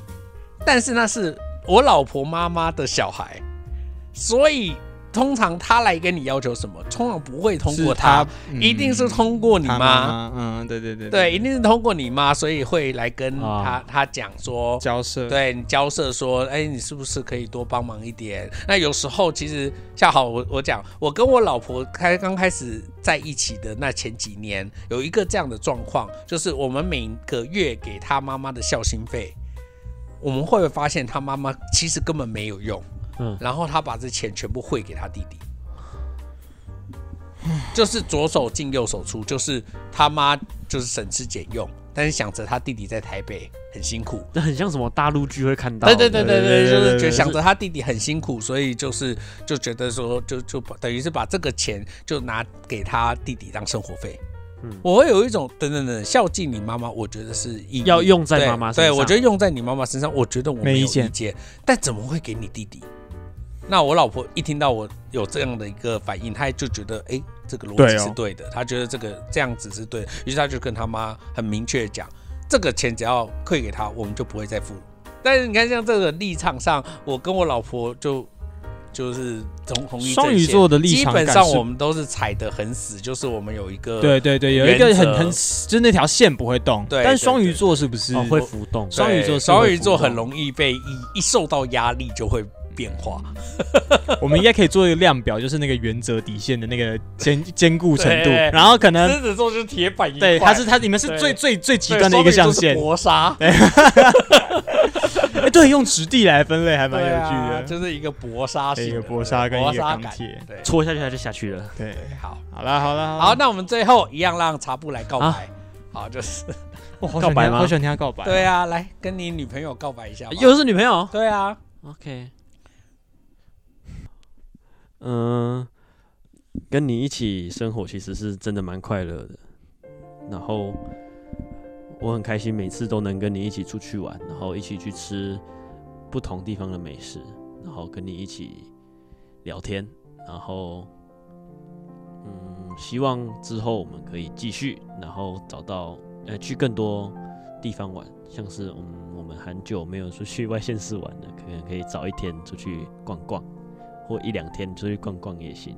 [SPEAKER 1] 但是那是我老婆妈妈的小孩，所以通常他来跟你要求什么，通常不会通过他，一定是通过你
[SPEAKER 2] 嗯他
[SPEAKER 1] 妈，
[SPEAKER 2] 妈妈。嗯，对对对
[SPEAKER 1] 对，一定是通过你妈，所以会来跟他、
[SPEAKER 3] 啊
[SPEAKER 1] 他讲说，
[SPEAKER 2] 交涉。
[SPEAKER 1] 对你交涉说，哎、你是不是可以多帮忙一点？那有时候其实恰好我我讲，我跟我老婆开刚开始在一起的那前几年，有一个这样的状况，就是我们每个月给她妈妈的孝心费，我们会发现她妈妈其实根本没有用，
[SPEAKER 3] 嗯
[SPEAKER 1] 然后她把这钱全部汇给她弟弟。就是左手进右手出，就是他妈就是省吃俭用，但是想着他弟弟在台北很辛苦，
[SPEAKER 3] 那很像什么大陆剧会看到哦
[SPEAKER 1] 对
[SPEAKER 3] 的。
[SPEAKER 1] 对对对对，
[SPEAKER 2] 对对
[SPEAKER 1] 就是
[SPEAKER 2] 对
[SPEAKER 1] 觉
[SPEAKER 2] 对
[SPEAKER 1] 想着他弟弟很辛苦，所以就是就觉得说，就就把等于是把这个钱就拿给他弟弟当生活费。
[SPEAKER 3] 嗯
[SPEAKER 1] 我会有一种等等等孝敬你妈妈，我觉得是意义
[SPEAKER 3] 要用在
[SPEAKER 1] 对
[SPEAKER 3] 妈妈身
[SPEAKER 1] 对
[SPEAKER 3] 上
[SPEAKER 1] 我觉得用在你妈妈身上，我觉得我没
[SPEAKER 2] 没
[SPEAKER 1] 有
[SPEAKER 2] 意
[SPEAKER 1] 意
[SPEAKER 2] 见
[SPEAKER 1] 见，但怎么会给你弟弟？那我老婆一听到我有这样的一个反应，她就觉得哎、诶这个逻辑
[SPEAKER 2] 对哦
[SPEAKER 1] 是对的，她觉得这个这样子是对的，于是她就跟她妈很明确地讲，这个钱只要退给她，我们就不会再付了。但是你看，像这个立场上，我跟我老婆就就是同同一阵线
[SPEAKER 2] 双鱼座的立
[SPEAKER 1] 基
[SPEAKER 2] 场
[SPEAKER 1] 本
[SPEAKER 2] 感
[SPEAKER 1] 上
[SPEAKER 2] 是
[SPEAKER 1] 我们都是踩得很死，就是我们有一个
[SPEAKER 2] 对对对，有一
[SPEAKER 1] 原
[SPEAKER 2] 个
[SPEAKER 1] 则
[SPEAKER 2] 很很死，就是那条线不会动。
[SPEAKER 1] 对
[SPEAKER 2] 但
[SPEAKER 1] 对
[SPEAKER 2] 双鱼
[SPEAKER 1] 对
[SPEAKER 2] 座是不是
[SPEAKER 3] 哦会浮动。
[SPEAKER 2] 双鱼座
[SPEAKER 1] 对
[SPEAKER 2] 是会
[SPEAKER 1] 双鱼
[SPEAKER 2] 浮
[SPEAKER 1] 座
[SPEAKER 2] 动
[SPEAKER 1] 很容易被一一受到压力就会变化，
[SPEAKER 2] 我们应该可以做一个量表，就是那个原则底线的那个坚 坚固程度，
[SPEAKER 1] 对
[SPEAKER 2] 然后可能
[SPEAKER 1] 狮子座就是铁板一
[SPEAKER 2] 对，
[SPEAKER 1] 块
[SPEAKER 2] 它是它你们是
[SPEAKER 1] 对
[SPEAKER 2] 最最最极
[SPEAKER 1] 对
[SPEAKER 2] 端的一个
[SPEAKER 1] 双
[SPEAKER 2] 象
[SPEAKER 1] 鱼座是
[SPEAKER 2] 限。
[SPEAKER 1] 搏杀，
[SPEAKER 2] 哎，对，用质地来分类还蛮
[SPEAKER 1] 对啊，
[SPEAKER 2] 有趣的。
[SPEAKER 1] 就是一个搏杀型的，
[SPEAKER 2] 一个搏杀跟
[SPEAKER 1] 对搏
[SPEAKER 2] 一个
[SPEAKER 1] 杀
[SPEAKER 2] 钢
[SPEAKER 1] 感，
[SPEAKER 2] 铁
[SPEAKER 1] 对，
[SPEAKER 3] 戳下去它就下去了。
[SPEAKER 2] 对，
[SPEAKER 1] 好，
[SPEAKER 2] 好啦好啦
[SPEAKER 1] 好，
[SPEAKER 2] 啦，
[SPEAKER 1] 那我们最后一样让茶布来告
[SPEAKER 3] 啊
[SPEAKER 1] 白，好，就是
[SPEAKER 2] 我好
[SPEAKER 3] 告
[SPEAKER 2] 想
[SPEAKER 3] 白
[SPEAKER 2] 听他，
[SPEAKER 3] 吗
[SPEAKER 2] 好想听他告白。
[SPEAKER 1] 对啊，来跟你女朋友告白一下吧，
[SPEAKER 3] 又是女朋友。
[SPEAKER 1] 对啊，
[SPEAKER 3] OK。嗯，跟你一起生活其实是真的蛮快乐的，然后我很开心，每次都能跟你一起出去玩，然后一起去吃不同地方的美食，然后跟你一起聊天，然后嗯，希望之后我们可以继续，然后找到呃去更多地方玩，像是嗯我们很久没有出去外县市玩了，可能可以早一天出去逛逛，或一两天出去逛逛也行。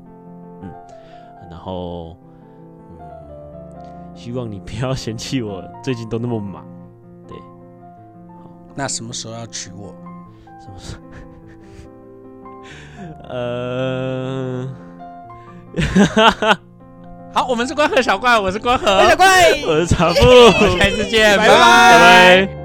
[SPEAKER 3] 嗯，然后嗯，希望你不要嫌弃我最近都那么忙。对，好，
[SPEAKER 1] 那什么时候要娶我？
[SPEAKER 3] 什么事？ 呃，
[SPEAKER 1] 好，我们是关河小怪，我是关河，
[SPEAKER 4] 小怪，
[SPEAKER 3] 我是茶布，
[SPEAKER 1] 下次见，
[SPEAKER 2] 拜
[SPEAKER 1] 拜
[SPEAKER 2] 拜
[SPEAKER 3] 拜拜。